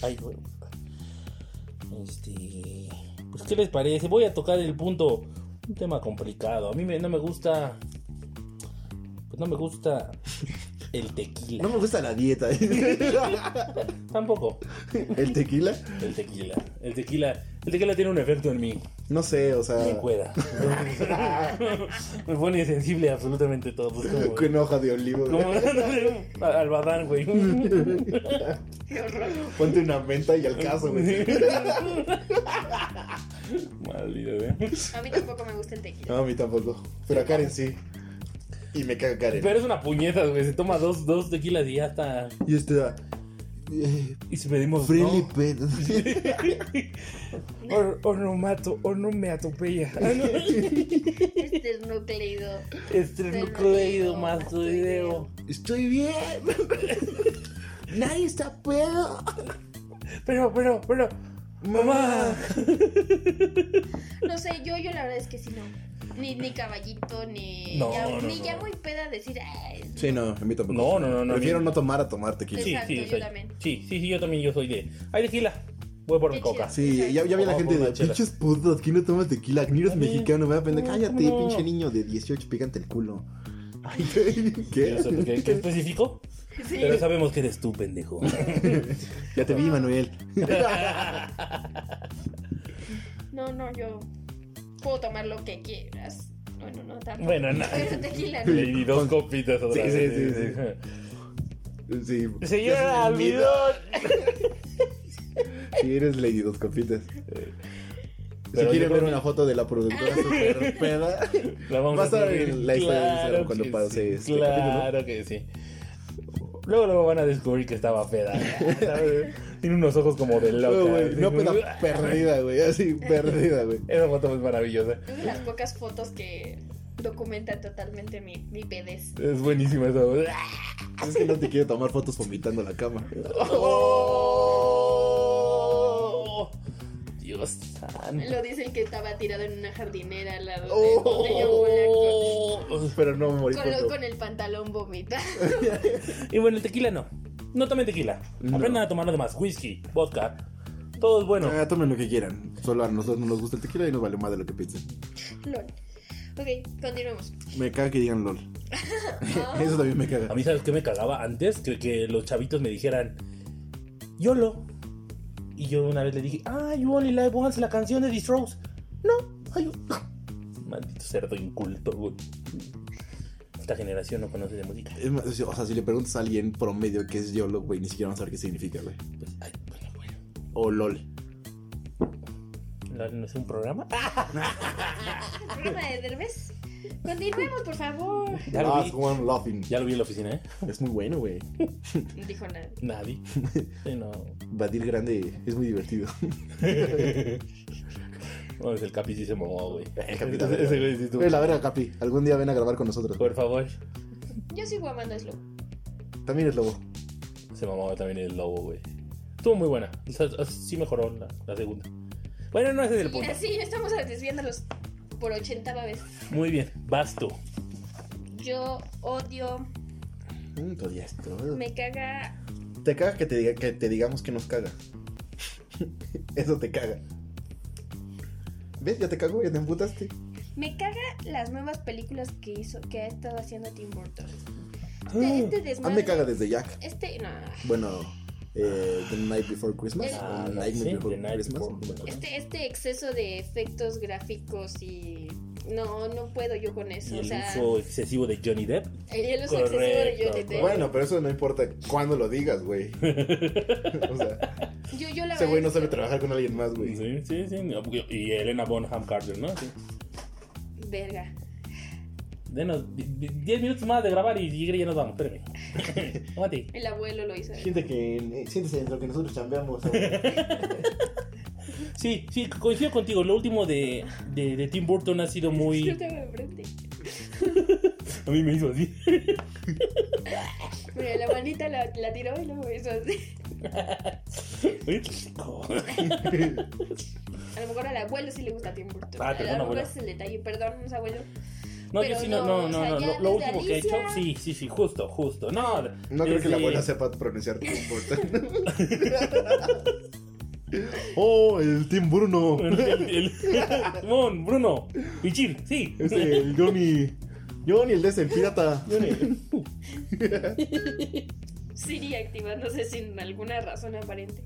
Ay, güey. Este. Pues, ¿qué les parece? Voy a tocar el punto. Un tema complicado. A mí me- no me gusta. Pues no
[LAUGHS]
me gusta el tequila.
No me gusta la dieta. [LAUGHS]
Tampoco.
¿El tequila?
El tequila. El tequila. El tequila tiene un efecto en mí.
No sé, o
Me
sea...
cueda. me pone sensible a absolutamente todo. Pues, como-
Con hoja de olivo. güey.
[LAUGHS] como- al
[LAUGHS]
badán, güey.
Qué horror.
Ponte una menta y al caso, güey.
[LAUGHS] Maldito, ¿eh? güey.
A mí tampoco me gusta el tequila.
No,
Ah.
a mí tampoco. Pero a Karen sí. Y me caga Karen.
Pero es una puñeta, güey. Se toma dos, dos tequilas y ya está.
Y este da. eh,
Y si pedimos.
friendly
no. [LAUGHS]
pet.
O, o no mato, o no me [LAUGHS] atropella.
Este es
[LAUGHS]
nucleido.
Estrenucleido, mastoideo.
Estoy bien. [LAUGHS] Nadie está pedo.
Pero, pero, pero. Mamá.
No sé, yo, yo la verdad es que sí, no. Ni, ni caballito, ni.
No,
ya,
no,
ni
no.
ya muy peda decir. "Ah, "Ay,
Sí, no, a mí tampoco.
No, no, no, no.
Prefiero
a mí-
no tomar a tomar tequila.
Sí,
Exacto,
sí,
yo
soy-
también.
sí, sí, sí, yo también, yo soy de. Ay, tequila. Voy por mi
Qué
coca.
Sí, ya, ya vi a la
Ojo,
gente de
Oh, una chela.
pinches putos, aquí no tomas tequila, aquí no eres
A mí-
mexicano, me va a aprender.
No,
Cállate,
¿cómo no?
pinche niño de 18, pícate el culo. Ay,
No sé,
¿Qué?
[LAUGHS] ¿Qué, qué específico?
[LAUGHS] Sí.
Pero sabemos que eres tú, pendejo.
Ya te vi, Manuel.
No, no, yo. Puedo tomar lo que quieras. Bueno, no tanto.
Bueno, no.
Pero tequila,
Le
no.
di dos copitas otra
Sí, sí,
vez.
sí, Sí,
Señora Almidón.
sí, eres Lady Dos Copitas. Si
Pero
quieren
yo
ver
creo que-
una foto de la [LAUGHS] productora super peda,
La vamos
Va a estar
subir.
en la historia de Instagram cuando
que
pase
sí,
este
Claro que sí. Luego luego van a descubrir que estaba peda.
[LAUGHS]
[LAUGHS] ¿sabes? Tiene unos ojos como de loca.
No, güey,
Tiene
no,
un-
peda perdida, güey. Así, perdida, güey.
Esa foto es maravillosa.
Es de las pocas fotos que documentan totalmente mi, mi pedez.
Es buenísima esa foto.
Es que no te quiero tomar fotos vomitando la cama.
¡Oh! Dios santo.
Lo dice el que estaba tirado en una jardinera al lado de donde yo volé
¡Oh!
Pero no morí
con, con lo-
por
con el pantalón vomita. [LAUGHS]
Y bueno, el tequila no. No tomen tequila.
No.
Aprendan a tomar lo demás. Whisky, vodka. Todo es bueno.
Ah, tomen lo que quieran. Solo a nosotros no nos gusta el tequila y nos vale más de lo que piensen.
Lol. Ok, continuemos.
Me caga que digan
[LAUGHS]
LOL. Eso también me
A
caga.
mí, ¿sabes qué me cagaba antes? Que, que los chavitos me dijeran, YOLO. Y yo una vez le dije, ah, you only live once, la canción de The Strokes. No, ay, [LAUGHS] maldito cerdo inculto, güey. Esta generación no conoce de música.
Es más, o sea, si le preguntas a alguien promedio qué es YOLO, güey, ni siquiera van a saber qué significa, güey.
Pues, ay, bueno, bueno.
O LOL.
¿No- ¿No es un programa?
Ah,
Programa de Derbez. Continuemos, por favor.
Ya lo vi.
Last one laughing.
Ya lo vi en la oficina, ¿eh?
Es muy bueno, güey.
No dijo nada.
Nadie. Sí, no.
Batir grande es muy divertido.
No, es el Capi sí se mamó, [LAUGHS] güey.
El Capi también.
Ese güey sí estuvo-
Güey, la verga, Capi. Algún día ven a grabar con nosotros.
Por favor.
Yo sigo amando a Slow.
También es lobo.
Se mamaba también el lobo, güey. Estuvo muy buena. O sea, sí mejoró la, la segunda. Bueno, no ese es el
Y
punto.
así estamos desviándolos por ochentava vez.
Muy bien. Basto.
Yo odio,
Mm, todo ya esto.
me caga.
Te caga que te, diga, que te digamos que nos caga. [LAUGHS] Eso te caga. ¿Ves? Ya te cago, ya te emputaste.
Me caga las nuevas películas que hizo, que ha estado haciendo Tim Burton. Este, este
Ah,
desmadre.
me caga desde Jack.
Este, no.
Bueno, eh, The Night Before Christmas.
Ah,
o Nightmare
sí,
Before
The Night
Christmas.
Before.
Bueno,
Este, este exceso de efectos gráficos y. No, no puedo yo con eso.
Y
o
el
sea,
uso excesivo de Johnny Depp.
el uso excesivo
Correcto,
de Johnny Depp.
Bueno, pero eso no importa cuándo lo digas,
[LAUGHS]
güey. o sea,
yo, yo la
ese
verdad
güey no
es que-
sabe trabajar con alguien más, güey.
Sí, sí, sí. No, porque- Y Elena Bonham Carter, ¿no? Sí.
Verga.
Denos di- di- 10 minutos más de grabar y llegue y ya nos vamos. Espérame. Mati.
El abuelo lo hizo.
Gente que eh, siéntese dentro que nosotros chambeamos. ¿eh?
[LAUGHS] Sí, sí, coincido contigo. Lo
[LAUGHS]
último de, de, de Tim Burton ha sido
[LAUGHS]
muy.
Yo tengo enfrente.
A mí me hizo así.
Mira, la manita la, la tiró y luego hizo así. A lo mejor al abuelo sí le gusta Tim Burton.
Ah, perdón,
a lo mejor
abuelo.
ese es el detalle. Perdón, abuelo.
No,
Pero
yo sí, no,
no,
no,
o sea,
no, no.
ya
Lo, lo
desde
último que he hecho,
Alicia-
sí, sí, sí, justo, justo. No,
No creo que
desde-
la abuela sepa pronunciar Tim
[LAUGHS]
Burton. oh, el Tim Bruno.
El, el- el- Mon, Bruno, Pichir, sí.
Es el Johnny. Johnny, el de ese pirata.
Siri activándose sin alguna razón aparente.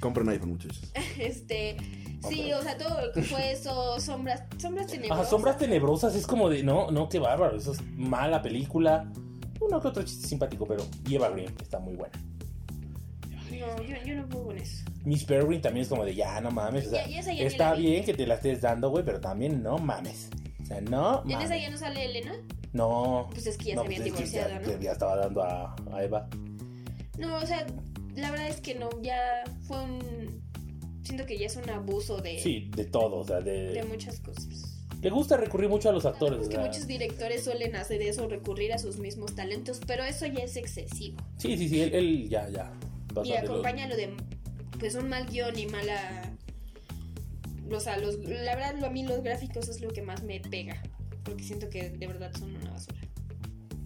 Compra un iPhone, muchachos.
Este. Sí, o sea, todo lo que fue eso, sombras, sombras
Ajá,
tenebrosas.
sombras tenebrosas es como de, no, no, qué bárbaro, eso es mala película. Uno que otro chiste simpático, pero lleva Green, está muy buena.
No, yo, yo no puedo con eso.
Miss Peregrine también es como de, ya, no mames, o sea,
Ya- ya esa ya ni
está
la vi.
bien que te la estés dando, güey, pero también no mames. O sea, no
¿En esa
mames.
ya no sale Elena?
No.
Pues es que ya
no,
se habían
pues es que ya-
divorciado, ¿no?
Ya, estaba dando a, a Eva.
No, o sea, la verdad es que no, ya fue un. Siento que ya es un abuso de,
Sí, de todo, o sea, de...
de muchas cosas.
Le gusta recurrir mucho a los actores.
Sabemos que
o sea,
muchos directores suelen hacer eso, recurrir a sus mismos talentos, pero eso ya es excesivo.
Sí, sí, sí, él, él ya, ya. pasa
Y
de los-
acompáñalo de pues un mal guión y mala. O sea, los, la verdad, lo- a mí los gráficos es lo que más me pega. Porque siento que de verdad son una basura.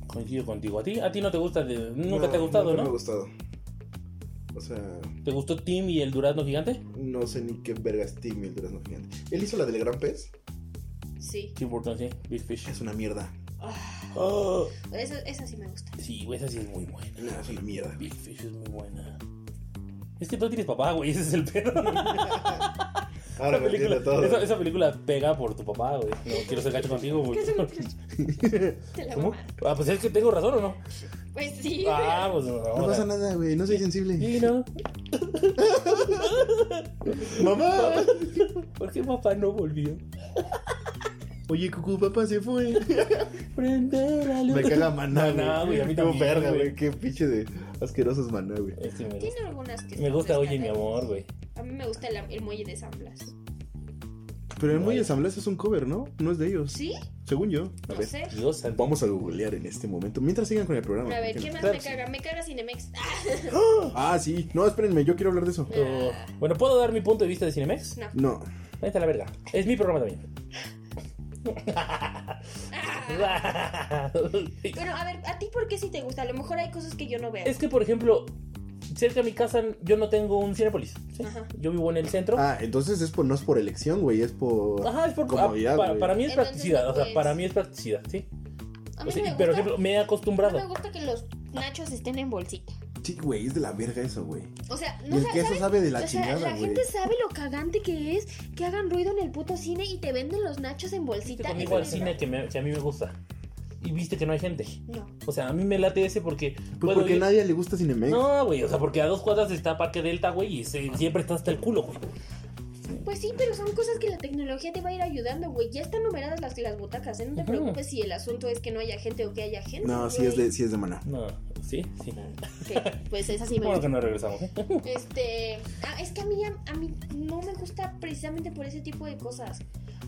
Coincido contigo. A ti, a ti no te gusta, de- nunca te ha gustado,
nunca
¿no?
me ha gustado. O sea,
¿Te gustó Tim y el Durazno Gigante?
no sé ni qué verga es Tim el durazno gigante. Él hizo la del gran pez.
Sí.
Tim Burton, sí. Big Fish.
Es una mierda.
Ah,
Oh,
esa, esa sí me gusta.
sí, güey, esa sí es muy buena.
No, es una mierda.
Big Fish es muy buena. Es que tú tienes papá, güey, ese
[LAUGHS]
es el pedo.
Ahora
Esa
me entiendo
película-
todo.
Esa, esa película pega por tu papá, güey. No quiero ser gacho contigo, güey.
¿Qué es lo que- Te la
[LAUGHS] ¿Cómo?
mamá.
Ah, pues es que tengo razón o no.
Pues sí.
Ah, pues no.
No pasa nada, güey. No soy sensible.
Sí, no.
¡Mamá!
¿Por qué papá no volvió?
Oye, cucu, papá se fue.
Prender la luz.
Me caga maná,
Maná, güey, a mí
Qué
también,
verga,
güey.
güey. Qué pinche de asquerosos maná, güey.
Es que me gusta.
Tiene algunas que.
Me gusta, oye, mi
rescatables.
amor, güey.
A mí me gusta el, el muelle de San Blas.
Pero el Muelle
Güey.
de San Blas es un cover, ¿no? No es de ellos.
¿Sí?
Según yo. A
No
ver.
sé.
Dios santo.
Vamos a googlear en este momento. Mientras sigan con el programa.
A ver,
¿por
¿qué más
no?
me caga? Me caga Cinemex. Ah,
Ah, sí. No, espérenme, yo quiero hablar de eso.
Oh, Bueno, ¿puedo dar mi punto de vista de Cinemex?
no.
No.
Ahí está la verga. Es mi programa también.
Ah.
[LAUGHS]
Bueno, a ver, ¿a ti por qué sí te gusta? A lo mejor hay cosas que yo no veo.
es que, por ejemplo, cerca de mi casa yo no tengo un Cinepolis. ¿sí?
Ajá.
Yo vivo en el centro.
Ah, entonces es por, no es por elección, güey. Es por.
Ajá, es por ah,
comodidad,
para,
güey.
para mí es
Entonces,
practicidad, o
pues,
sea, para mí es practicidad, ¿sí?
A
O
mí
sea,
no
y,
me
por
gusta,
ejemplo, me he
no me
acostumbrado.
gusta que los nachos estén en bolsita.
Sí, güey, es de la verga eso, güey.
O sea,
y
no
el
sa-
queso
¿saben?
sabe de la
O sea,
chingada,
la
güey.
gente sabe lo cagante que es que hagan ruido en el puto cine y te venden los nachos en
Viste
bolsita.
conmigo al
Es
cine
una-
que, me- que a mí me gusta. Y viste que no hay gente.
No.
O sea, a mí me late ese porque.
Pues
puedo
porque a
ir-
nadie le gusta Cinemex.
No, güey, o sea, porque a dos cuadras está Parque Delta, güey, y se- siempre está hasta el culo, güey.
Pues sí, pero son cosas que la tecnología te va a ir ayudando, güey. Ya están numeradas las, las butacas, ¿eh? No te
Ujú.
preocupes si el asunto es que no haya gente o que haya gente.
No, sí es,
güey.
de, sí es de maná.
No, sí, sí.
Ok, pues es así, me
Bueno, que
gusta.
no regresamos. ¿eh?
Este. ah, es que a mí, a mí no me gusta precisamente por ese tipo de cosas.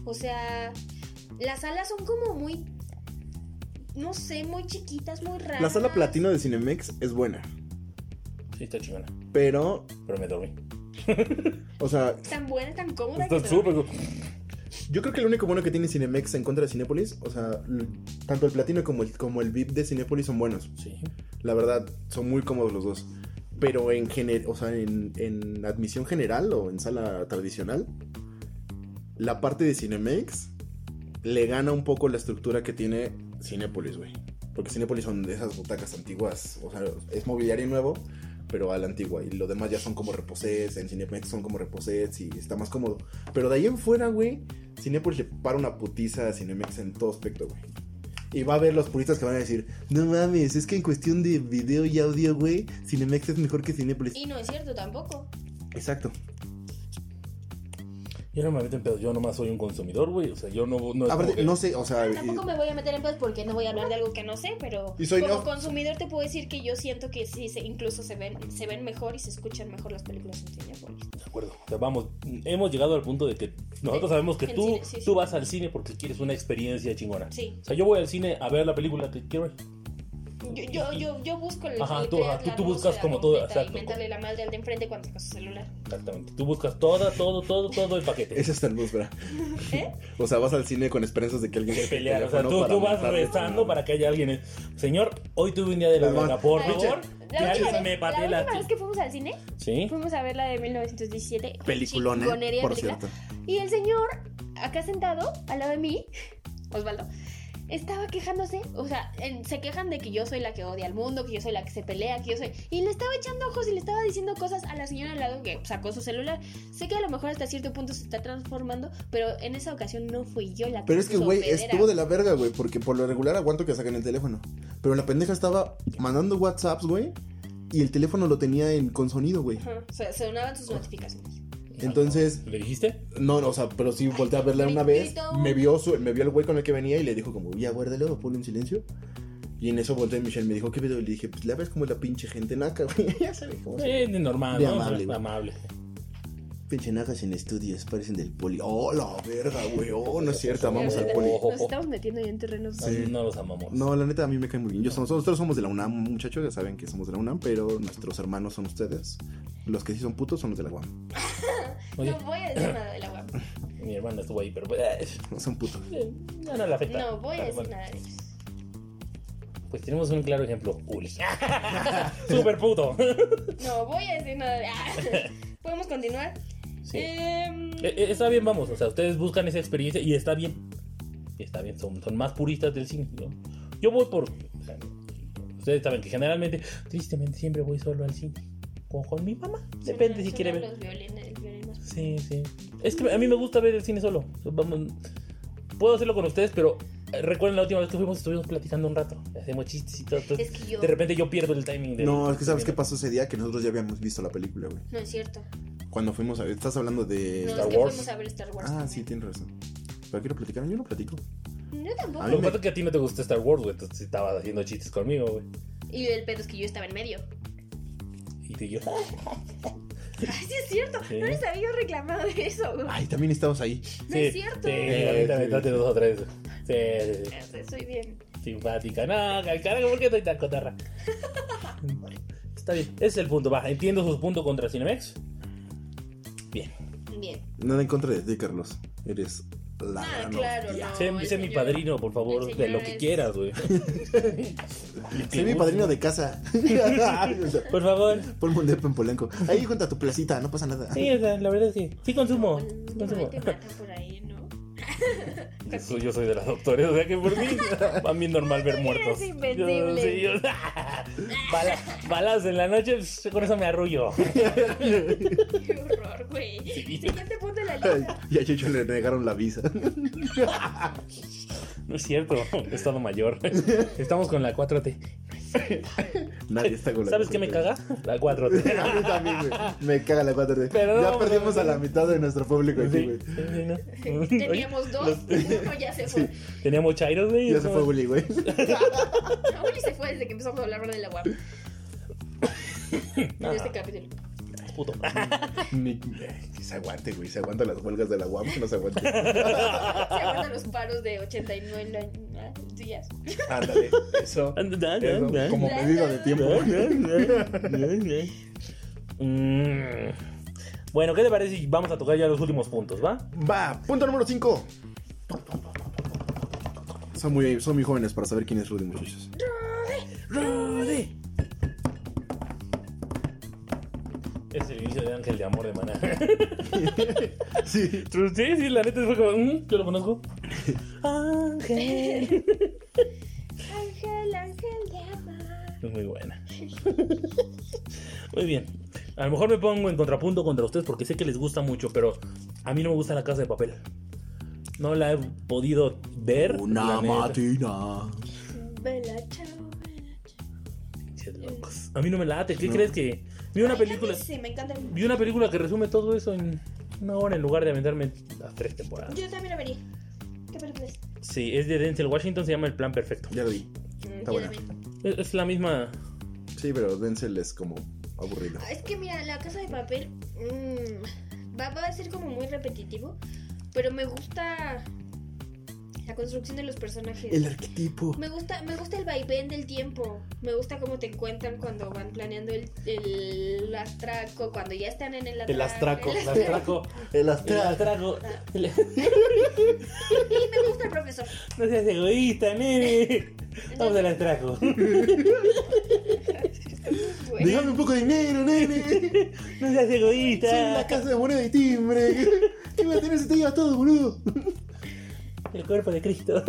O sea, las alas son como muy. No sé, muy chiquitas, muy raras.
La sala platino de Cinemex es buena,
Sí, está chingona.
pero,
Pero me dormí.
o sea,
Tan buena, tan cómoda. que me
Está súper.
yo creo que lo único bueno que tiene Cinemex en contra de Cinépolis, o sea, l- tanto el platino como el, como el VIP de Cinépolis son buenos.
Sí.
La verdad, son muy cómodos los dos. Pero en, gener- o sea, en, en admisión general o en sala tradicional, la parte de Cinemex le gana un poco la estructura que tiene Cinépolis, güey. Porque Cinépolis son de esas butacas antiguas. O sea, es mobiliario nuevo, pero a la antigua. Y lo demás ya son como reposets. En Cinemex son como reposets y está más cómodo. Pero de ahí en fuera, güey, Cinépolis le para una putiza a Cinemex en todo aspecto, güey. Y va a haber los puristas que van a decir, no mames, es que en cuestión de video y audio, güey, Cinemex es mejor que Cinépolis.
Y no es cierto tampoco.
Exacto.
Yo no me meto en pedo, yo nomás soy un consumidor, güey. O sea, yo no. no es como
Aparte,
que-
no sé, o sea... y-
Tampoco me voy a meter en pedos porque no voy a hablar de algo que no sé, pero
Y soy
como
no-
consumidor te puedo decir que yo siento que sí, se- incluso se ven, se ven mejor y se escuchan mejor las películas en Cinepolis.
De acuerdo. O sea, vamos, hemos llegado al punto de que nosotros
Sí,
sabemos que
el
tú,
cine, sí, sí.
tú vas al cine porque quieres una experiencia chingona.
Sí.
O sea, yo voy al cine a ver la película que quiero ver.
Yo, yo, yo, yo busco el
Este, Ajá, tú,
literal,
ajá, tú-
la
tú buscas
búsqueda
como todo,
completa
exacto.
Y mentarle la madre al de enfrente cuando saca su celular.
Exactamente. Tú buscas toda, todo, todo, todo el paquete.
Esa es la atmósfera. O sea, vas al cine con esperanzas [LAUGHS] de que alguien
Que
saque el
pelear. O sea,
teléfono
tú,
para
tú vas
matarlo.
rezando para que haya alguien. Señor, hoy tuve un día de la
Además,
verga. Por
Ay,
favor,
la
que
última
alguien
vez-
me
la
patee
última
la. ¿Eh?
vez que fuimos al cine,
Sí.
fuimos a ver la de 1917.
Peliculón,
chingonería
¿eh?
de
Por
película.
cierto.
Y el señor, acá sentado, al lado de mí, [LAUGHS] Osvaldo, estaba quejándose. O sea, en- se quejan de que yo soy la que odia al mundo, que yo soy la que se pelea, que yo soy. Y le estaba echando ojos y le estaba diciendo cosas a la señora al lado que sacó su celular. Sé que a lo mejor hasta cierto punto se está transformando, pero en esa ocasión no fui yo la que
Pero es
se
que,
hizo
güey,
pedera.
estuvo de la verga, güey, porque por lo regular aguanto que saquen el teléfono. Pero la pendeja estaba mandando WhatsApps, güey, y el teléfono lo tenía en, con sonido, güey.
Ajá, se- sonaban
Oh.
sus notificaciones.
Entonces,
¿Le dijiste?
no, no, o sea, pero sí volteé a verla una vez. Me vio, su- me vio el güey con el que venía y le dijo, como, ya, guárdalo, ponlo en silencio. Y en eso volteé y Michelle me dijo, ¿qué pedo? Y Le dije, pues la ves como la pinche gente naca, güey. [LAUGHS] Ya sabes cómo se-
Eh, normal,
De
¿no?
amable,
O sea,
güey.
amable.
Pinche nacas en estudios, parecen del poli. Oh, la verga, güey. Oh, no es cierto, vamos al poli.
Nos
[LAUGHS]
estamos metiendo ya en terrenos.
Sí.
No los amamos.
No, la neta a mí me cae muy bien. Yo somos, nosotros somos de la UNAM, muchachos, ya saben que somos de la UNAM, pero nuestros hermanos son ustedes. Los que sí son putos son los de la UAM.
Oye,
No voy a decir nada de la
[COUGHS]
guapa.
mi hermana estuvo ahí, pero. eh,
No son putos.
no, no la afecta.
No voy a
Pero
decir
bueno.
nada de ellos.
Pues tenemos un claro ejemplo, Uli.
[LAUGHS]
Super puto.
No voy a decir nada de. [LAUGHS] Ah, ¿Podemos continuar?
Sí.
Em,
Eh, eh, está bien, vamos. O sea, ustedes buscan esa experiencia y está bien. Y está bien, son, son más puristas del cine. ¿no? Yo voy por. o sea, ustedes saben que generalmente, tristemente, siempre voy solo al cine. Con, con mi mamá. Depende si
suenan
quiere ver.
los violines, el violín más-
Sí, sí. Es que a mí me gusta ver el cine solo. Vamos, puedo hacerlo con ustedes, pero eh, recuerden la última vez que fuimos, estuvimos platicando un rato. Hacemos chistes y todo. entonces,
Es que yo.
de repente yo pierdo el timing. del-
No, es que sabes qué pasó ese día que nosotros ya habíamos visto la película, güey.
No es cierto.
Cuando fuimos a ver, estás hablando de
No,
Star
es
Wars.
que
Wars.
fuimos a ver Star Wars.
Ah,
también.
sí, tienes razón. Pero quiero platicar, yo no platico.
Yo tampoco.
A mí
Lo que
me-
pasa es que a ti no te gusta Star Wars, güey. Entonces estabas haciendo chistes conmigo, güey.
Y el pedo es que yo estaba en medio. [LAUGHS]
Y te yo.
Ay, sí es cierto.
Sí.
No les había reclamado de eso. güey.
Ay, también estamos ahí.
No es cierto.
Ah,
Eh,
Sí, ahorita
Sí,
me
sí.
trate dos o tres. Sí, sí, sí.
O sea, Soy bien.
simpática. No, car- carajo, ¿por qué estoy tan cotarra? Está bien, ese es el punto. Va, entiendo sus puntos contra Cinemex. Bien,
Bien.
Nada en contra de ti, Carlos. Eres la
Ah,
gran
claro,
hostia.
no.
sé,
el
sé mi
señor-
padrino, por favor,
el
de lo que
señor es-
quieras, güey.
Soy mi padrino de
[LAUGHS]
casa. [LAUGHS]
Por favor.
Ponme un depo en Polanco. Ahí junto a tu placita, no pasa nada.
Sí, o sea, la verdad es que sí consumo. sí consumo.
Últimamente matan por ahí, ¿no? [LAUGHS]
Yo [LAUGHS] soy, yo [LAUGHS] soy de las doctores, o sea que por mí va bien normal ver muertos.
invencible.
Yo- sí, yo- Bala- balas en la noche, pss, con eso me arrullo.
Qué horror, güey. Siguiente punto de la
Ay,
lista.
[LAUGHS] Y a Chicho le negaron la visa.
No es cierto, he estado mayor. Estamos con la 4T.
Nadie está con la
¿Sabes
visa.
qué me caga? La
[LAUGHS] A
4T.
mí también, güey. Me caga la 4D.
Pero
ya
no,
perdimos
no,
a la
no.
mitad de nuestro público aquí,
Sí,
güey.
sí,
[LAUGHS]
no. [LAUGHS]
Teníamos dos, uno ya se fue.
Teníamos Chairos, güey.
Ya se fue Bully, güey.
No, Willy se fue desde que empezamos a hablar de la
[LAUGHS]
guapa. En
Ah.
este capítulo.
Puto.
[LAUGHS] Ni- que se aguante, güey. Se aguanta las huelgas de la UAM, que no se aguante.
[LAUGHS] Se aguantan los paros de 89 años- días.
Ándale, eso. Eso, Como
Ya,
medida
ya.
de tiempo.
Mm. Bueno, ¿qué te parece si vamos a tocar ya los últimos puntos, va?
Va, punto número 5. Son muy, son muy jóvenes para saber quién es Rudy, muchachos.
Rudy. Es el inicio de Ángel de Amor de Maná. [LAUGHS]
Sí.
Sí, sí, la neta fue como, mm, yo lo conozco. Ángel.
Ángel, Ángel, llama.
Es muy buena. Muy bien. A lo mejor me pongo en contrapunto contra ustedes porque sé que les gusta mucho, pero a mí no me gusta la casa de papel. No la he podido ver. la
Una
neta.
matina.
Bella, chao, bella, chao.
Pinches locos. A mí no me late. ¿Qué crees que.? Vi una película.
Sí, me encanta.
Vi una película que resume todo eso en una hora en lugar de aventarme las tres temporadas.
Yo también la vería. ¿Qué película es?
Sí, es de Denzel Washington, se llama El Plan Perfecto.
Ya lo vi. Está
Yo
buena.
también.
Es, es la misma.
Sí, pero Denzel es como aburrido.
Ah, Es que mira, la casa de papel mm, va, va a ser como muy repetitivo, pero me gusta la construcción de los personajes.
El arquetipo.
Me gusta, me gusta el vaivén del tiempo. Me gusta cómo te cuentan cuando van planeando el, el astraco, cuando ya están en el atraco.
El astraco.
el
El
astraco.
astraco.
El astral.
El astraco.
Ah. Y me gusta el profesor.
No seas egoísta, nene. Vamos al astraco.
Güey.
Déjame un poco de dinero, [LAUGHS] nene.
[LAUGHS] No
Soy
seas
la
egoísta.
casa de moneda y timbre. [LAUGHS] ¿Qué voy a tener si te llevas todo, boludo?
El cuerpo de Cristo.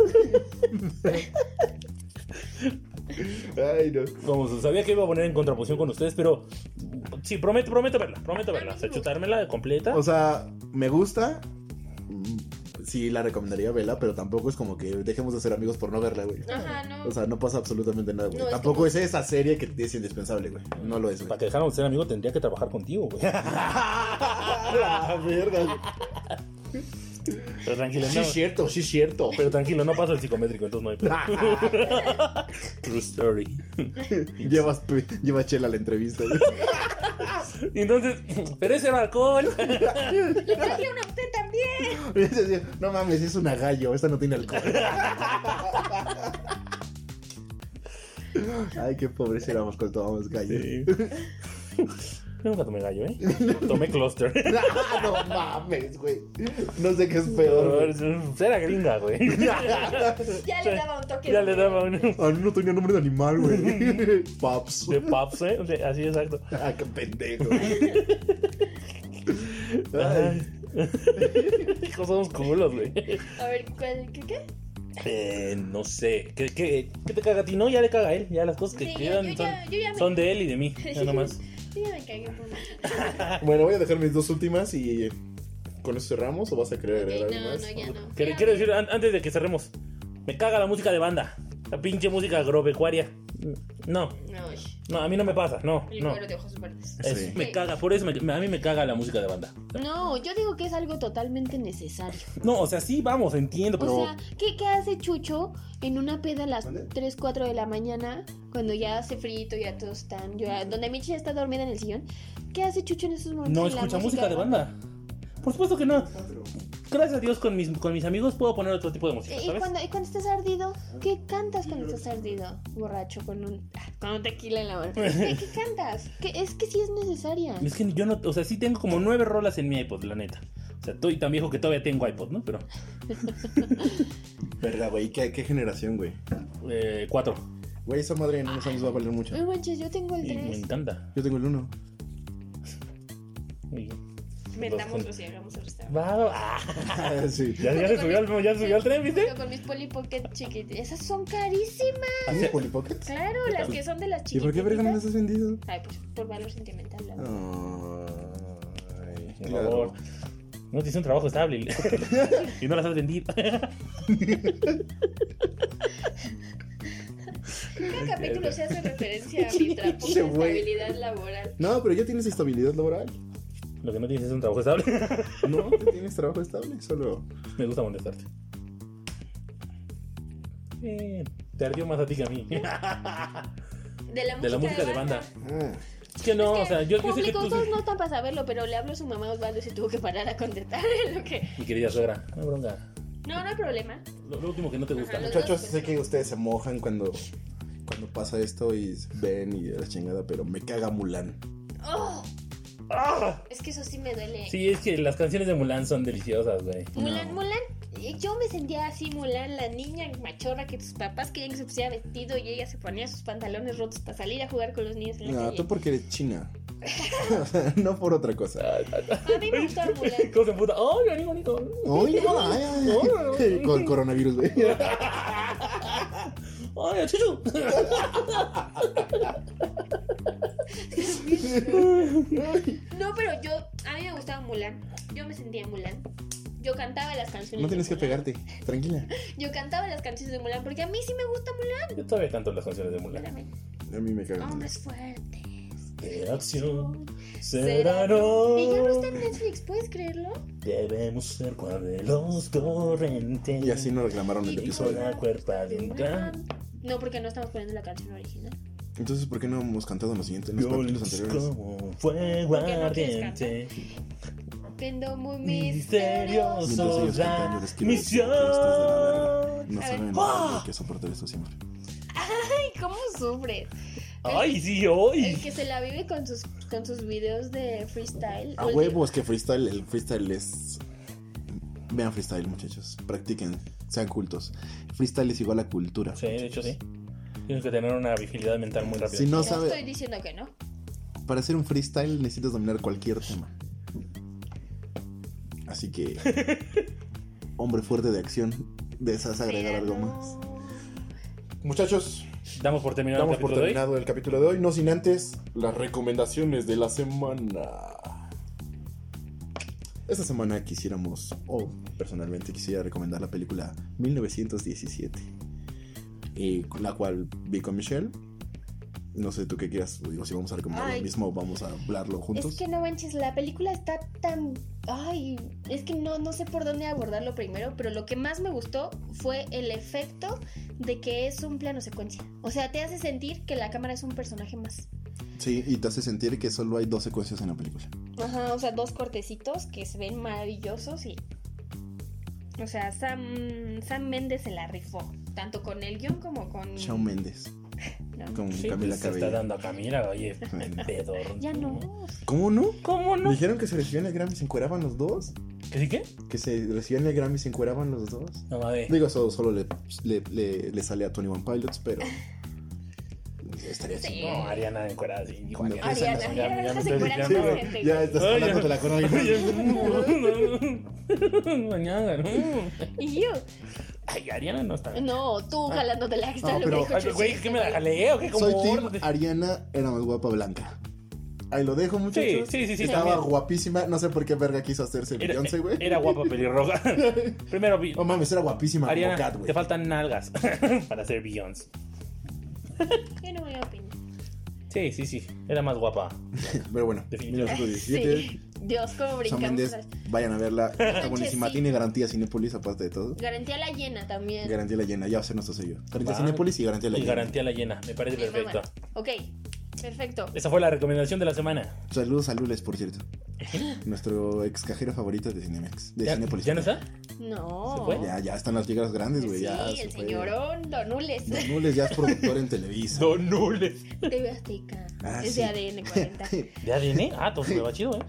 Ay, no.
Como se sabía que iba a poner en contraposición con ustedes, pero. Sí, prometo, prometo verla. Prometo verla. O sea, chutármela completa.
O sea, me gusta. Mm, Sí, la recomendaría vela, pero tampoco es como que dejemos de ser amigos por no verla, güey.
Ajá, no.
O sea, no pasa absolutamente nada, güey.
No, es
tampoco
como-
es esa serie que es indispensable, güey. No lo es,
Para
güey.
que dejáramos de ser amigos, tendría que trabajar contigo, güey.
[LAUGHS] La verga, güey.
[LAUGHS] Pero tranquilo,
Sí,
no.
es cierto, sí, es cierto.
Pero tranquilo, no paso el psicométrico, entonces no hay problema.
[LAUGHS]
True story.
llevas, pe- llevas chela a la entrevista, güey. [LAUGHS]
Entonces, pero ese era alcohol.
Le traje una a usted también.
[LAUGHS]
Y es así, No mames, es una gallo, esta no tiene alcohol. [LAUGHS] Ay, qué pobres éramos cuando tomábamos gallo.
Yo nunca tomé gallo, ¿eh? Tomé cluster.
Ah, [LAUGHS] no mames, güey. No sé qué es peor.
Era gringa, güey. [LAUGHS]
Ya le daba un toque.
Ya
de-
le daba un...
A mí Ah, no tenía nombre de animal, [LAUGHS] güey. Paps.
De paps, ¿eh? O sea, Así exacto.
Ah, qué [LAUGHS] pendejo.
Ay.
Ay.
Hijos, somos culos, güey.
A ver, ¿cuál, ¿qué? qué?
Eh, no sé. ¿Qué, qué, qué te caga a ti? No, ya le caga a él. Ya las cosas que
Sí, yo-
quedan
yo
son,
ya- yo ya me-
son de él y
[LAUGHS]
de mí. [LAUGHS] Ya nomás.
Sí, ya me cagué por mucho.
Bueno, voy a dejar mis dos últimas y. ¿Con eso cerramos o vas a querer agregar
Ok,
algo
no,
más?
no, ya no.
Quiero,
Ya,
quiero decir, an- antes de que cerremos, me caga la música de banda. La pinche música agropecuaria.
No,
No,
sh-
no, a mí no me pasa, no,
el
no.
güero de ojos verdes.
Es- [LAUGHS]
Sí.
Me caga, por eso me- me- a mí me caga la música de banda.
No, yo digo que es algo totalmente necesario.
No, o sea, sí, vamos, entiendo, pero.
O sea, ¿qué, qué hace Chucho en una peda a las
¿Mande?
3, 4 de la mañana cuando ya hace frito, ya todos están, ya- donde Michi ya está dormida en el sillón? ¿Qué hace Chucho en esos momentos?
no
La
escucha música de banda. Por supuesto que no. Gracias a Dios, con mis, con mis amigos puedo poner otro tipo de música,
¿Y, y
¿sabes?
cuando, y cuando estás ardido? ¿Qué cantas cuando estás ardido? Borracho, con un, ah, con un tequila en la
[LAUGHS]
mano. ¿Qué, qué cantas? ¿Qué- es que sí es necesaria.
Es que yo no, o sea, sí tengo como nueve rolas en mi iPod, la neta. O sea, estoy tan viejo que todavía tengo iPod, ¿no? Pero.
Verdad, güey. ¿Qué, qué generación, güey?
Eh, cuatro.
Güey, esa madre en unos años va a valer mucho.
No manches, yo tengo el
Y me
3.
encanta.
[LAUGHS]
Yo tengo el uno.
Y-
Vendámoslos y hagamos el restaurante.
Va, va, ah,
[LAUGHS] sí.
ya, ya se subió al, ya se subió al tren, ¿viste?
Pero con mis Polly Pocket chiquitas. Esas son carísimas.
¿Tienes Polly Pockets?
Claro, las que son de las
¿Y
chiquitas.
por qué verga no las has vendido?
Ay, pues por valor sentimental. la
Ah,
verdad.
Ay,
Por favor. No te hice un trabajo estable.
[LAUGHS]
y no las has vendido.
Cada capítulo se hace referencia a
[LAUGHS]
mi trapo de
Ese güey.
estabilidad laboral.
No, pero ya tienes estabilidad laboral.
Lo que no tienes es un trabajo estable.
No, ya tienes trabajo estable, solo.
Me gusta molestarte. Eh, te ardió más a ti que a mí.
De la música
De la música de banda.
Ah,
Es que no,
Es que
o sea, yo, yo sé que
público,
tú...
ustedes no están para saberlo, pero le habló a su mamá Osvaldo y se tuvo que parar a contestar [LAUGHS] lo que...
Mi querida suegra, no bronca.
No, no hay problema.
Lo, lo último que no te gusta.
Ajá, lo-
muchachos, sé que ustedes se mojan cuando, cuando pasa esto y ven y la chingada, pero me caga Mulan.
¡Oh!
¡Ah!
Es que eso sí me duele.
Sí, es que las canciones de Mulan son deliciosas, güey.
Mulan,
No.
Mulan. eh, Yo me sentía así, Mulan, la niña machorra que tus papás querían que se pusiera vestido y ella se ponía sus pantalones rotos para salir a jugar con los niños en la
No,
calle.
Ah, tú porque eres china. O sea, [LAUGHS] no por otra cosa.
A mí me gustaba Mulan.
¿Cómo se puta? ¡Oh, qué bonito!
Ay, ay, ay, ay. [LAUGHS] Con coronavirus, güey.
¡Ay, chuchu! [LAUGHS]
No, pero yo, a mí me gustaba Mulan. Yo me sentía Mulan. Yo cantaba las canciones.
No
de
tienes que
Mulan.
pegarte, tranquila.
Yo cantaba las canciones de Mulan porque a mí sí me gusta
Yo todavía canto las canciones de Mulan.
Mulan.
A mí me caga Mulan.
Hombres fuertes.
De acción
Será. Y
será
ya no
no.
está en Netflix, ¿puedes creerlo?
Debemos ser cual de los corrientes.
Y así nos reclamaron el
Y-
episodio.
la cuerpa de un gran-
No, porque no estamos poniendo la canción original.
Entonces, ¿por qué no hemos cantado los siguientes, los capítulos
Violentos
anteriores?
como fuego
¿Por qué no quieres
ardiente.
Vendo muy misterioso.
Mientras
Misterioso.
ellos cantan, yo les escribo
Misión. ¡Ah!
los textos de la verga. No
A
saben
ver.
lo que soportar esto siempre.
Ay, ¿cómo sufres?
Ay, sí, hoy.
El que se la vive con sus, con sus videos de freestyle.
A
ulti-
huevos que freestyle, el freestyle es. Vean freestyle, muchachos. Practiquen, sean cultos. Freestyle es igual a cultura.
Sí, de hecho
muchachos.
sí. Tienes que tener una agilidad mental muy rápida.
Si no
No estoy
sabes,
diciendo que no.
para hacer un freestyle necesitas dominar cualquier tema. Así que.
[LAUGHS]
Hombre fuerte de acción, deseas agregar algo
Pero no.
más. Muchachos,
Damos por terminado
damos
el
por
capítulo de hoy.
terminado el capítulo de hoy, no sin antes las recomendaciones de la semana. Esta semana quisiéramos, o personalmente quisiera recomendar la película 1917, eh, la cual vi con Michelle. No sé tú qué quieras, digo, si vamos a recomendar
Ay.
lo mismo o vamos a hablarlo juntos.
Es que no manches, la película está tan. Ay, es que no, no sé por dónde abordarlo primero, pero lo que más me gustó fue el efecto de que es un plano secuencia. O sea, te hace sentir que la cámara es un personaje más.
Sí, y te hace sentir que solo hay dos secuencias en la película.
Ajá, o sea, dos cortecitos que se ven maravillosos y... O sea, Sam, Sam Méndez se la rifó, tanto con el guión como con...
Shawn Mendes
No.
con
Sí, pues,
Camila
se está
Cabello.
dando a Camila,
[LAUGHS]
oye, pedor.
Ya no.
¿Cómo no?
¿Cómo no?
Dijeron que se recibían el Grammy, se encueraban los dos.
¿Qué sí qué?
Que se recibían el Grammy y se encueraban los dos.
No mames.
Digo, eso solo le, le, le- le sale a Tony One Pilots,
[LAUGHS]
pero. Estaría
Sí.
así.
No, Ariana encuerada, sí. Dijo
No,
Ariana.
Ariana,
Ya me-
Ariana,
ya me
se
estoy
encueran
diciendo.
[LAUGHS]
más gente,
Ya
güey.
estás hablando de la
[LAUGHS]
coronavirus.
Mañana, no.
Y yo,
Ay, Ariana no está.
no, tú
Ah.
jalándote la que está
No,
lo
pero-
que dijo
Ay, güey,
Chuchito,
¿qué me la
güey.
jaleo? ¿Qué como
[LAUGHS] Soy Team
gordo?
Ariana era más guapa blanca. Ahí lo dejo, muchachos.
Sí, sí, sí, sí,
Estaba
también.
guapísima. No sé por qué verga quiso hacerse
Era, eh,
Beyoncé, güey.
era guapa
[LAUGHS]
pelirroja. Primero vi.
No mames, era guapísima
Ariana,
como Cat, güey.
te faltan nalgas [LAUGHS] para ser Beyoncé.
Yo no voy a opinar.
Sí, sí, sí. Era más guapa.
Pero bueno,
Definitivamente.
1917.
Sí. Dios, cómo
Shawn
brincamos.
Mendes,
las-
vayan a
[LAUGHS]
verla. Está buenísima.
sí.
Tiene garantía Cinepolis, aparte de todo.
Garantía la llena también.
Garantía la llena, ya va a ser nuestro sello. Garantía
Va.
Cinepolis y garantía la
Y
llena.
garantía la llena. Me parece
Mi mamá.
perfecto. Eh,
Ok, perfecto.
Esa fue la recomendación de la semana.
Saludos a Lules, por
[LAUGHS]
cierto. Nuestro ex cajero favorito de Cinemex. De
¿Ya,
Cinépolis.
¿ya no está?
No.
¿Se fue?
Ya, ya están las ligas grandes, güey.
Sí,
ya
el
se fue.
señorón Don Ules.
Don Lules ya es productor en [LAUGHS] Televisa.
Don Nules.
[LAUGHS] TV Azteca.
Ah,
es
sí.
de
[LAUGHS]
ADN 40.
¿De ADN? Ah, todo se va chido, ¿eh?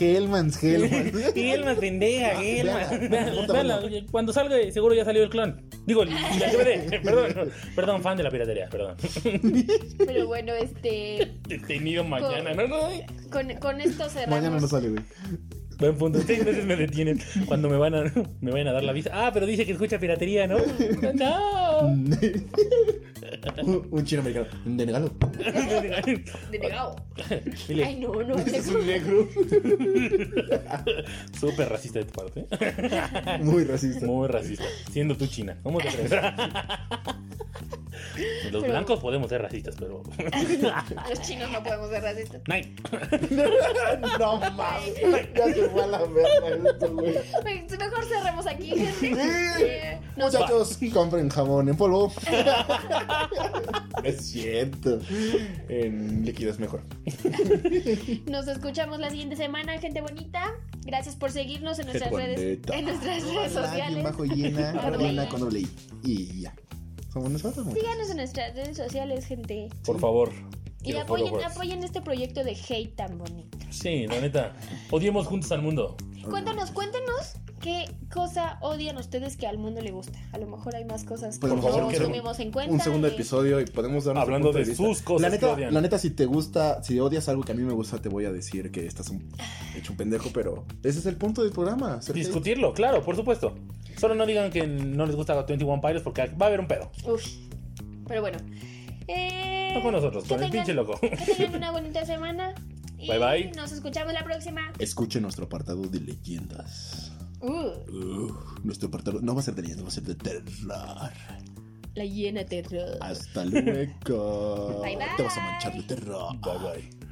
Hellmans,
[LAUGHS]
Hellmans.
Gelman, pendeja,
Vean,
Gelman.
puta madre.
Cuando salga, eh, seguro ya salió el clon. Digo, el- [LAUGHS] la DVD. eh, Perdón, perdón, fan de la piratería, perdón. [LAUGHS]
Pero bueno, este.
Detenido mañana, ¿no? no, no.
Con, con esto cerramos.
Mañana no sale, güey.
Buen punto. Seis meses me detienen cuando me van a, [LAUGHS] me vayan a dar la visa. Ah, pero dice que escucha
[LAUGHS]
piratería, ¿no? No.
un, un chino americano. De negalo.
Denegado.
[LAUGHS] Dile,
Ay, no,
[LAUGHS]
no.
Es un negro.
súper racista de tu parte. ¿eh?
Muy racista. [LAUGHS]
[LAUGHS] Muy racista. Siendo tú china. ¿Cómo te atreves? [LAUGHS] Los
Pero-
blancos podemos ser racistas, pero. [LAUGHS]
Los chinos no podemos ser racistas.
Nike.
no mames. Ya se fue a la verga esto, güey.
Mejor cerremos aquí,
[LAUGHS]
gente. Eh, nos
Muchachos, compren jamón en polvo. es cierto. En líquido es mejor.
Nos escuchamos la siguiente semana, gente bonita. Gracias por seguirnos en nuestras
Gente
redes,
bonita.
en nuestras redes
Alguien
sociales.
bajo llena,
Con
llena
I.
con doble I. Y ya. Somos nosotros, muchachos.
Síganos en nuestras redes sociales, gente.
Por favor.
Y
quiero
apoyen,
followers.
apoyen este proyecto de hate tan bonito.
Sí, la neta. Odiemos juntos al mundo.
Cuéntanos, cuéntanos qué cosa odian ustedes que al mundo le gusta. A lo mejor hay más cosas
Pues, Por
que
favor,
no
quiero
tuvimos en cuenta.
Un segundo
y-
episodio y podemos dar nuestro
Hablando
punto
de
vista.
sus cosas
La
que
neta,
odian.
la neta, si te gusta, si odias algo que a mí me gusta, te voy a decir que estás un, hecho un pendejo, pero ese es el punto del programa. ser gay.
Discutirlo, claro, por supuesto. Solo no digan que no les gusta 21 Pilots porque va a haber un pedo.
Uy, pero bueno. Eh,
No con nosotros,
que
con el
tengan-
pinche loco.
Que tengan una bonita semana. Y
[LAUGHS] Bye, bye.
Nos escuchamos la próxima.
Escuche nuestro apartado de leyendas.
Uh,
Uf, nuestro apartado no va a ser de leyendas, va a ser de terror.
la hiena terror.
Hasta luego.
Bye, bye.
Te vas a manchar de terror.
Bye bye.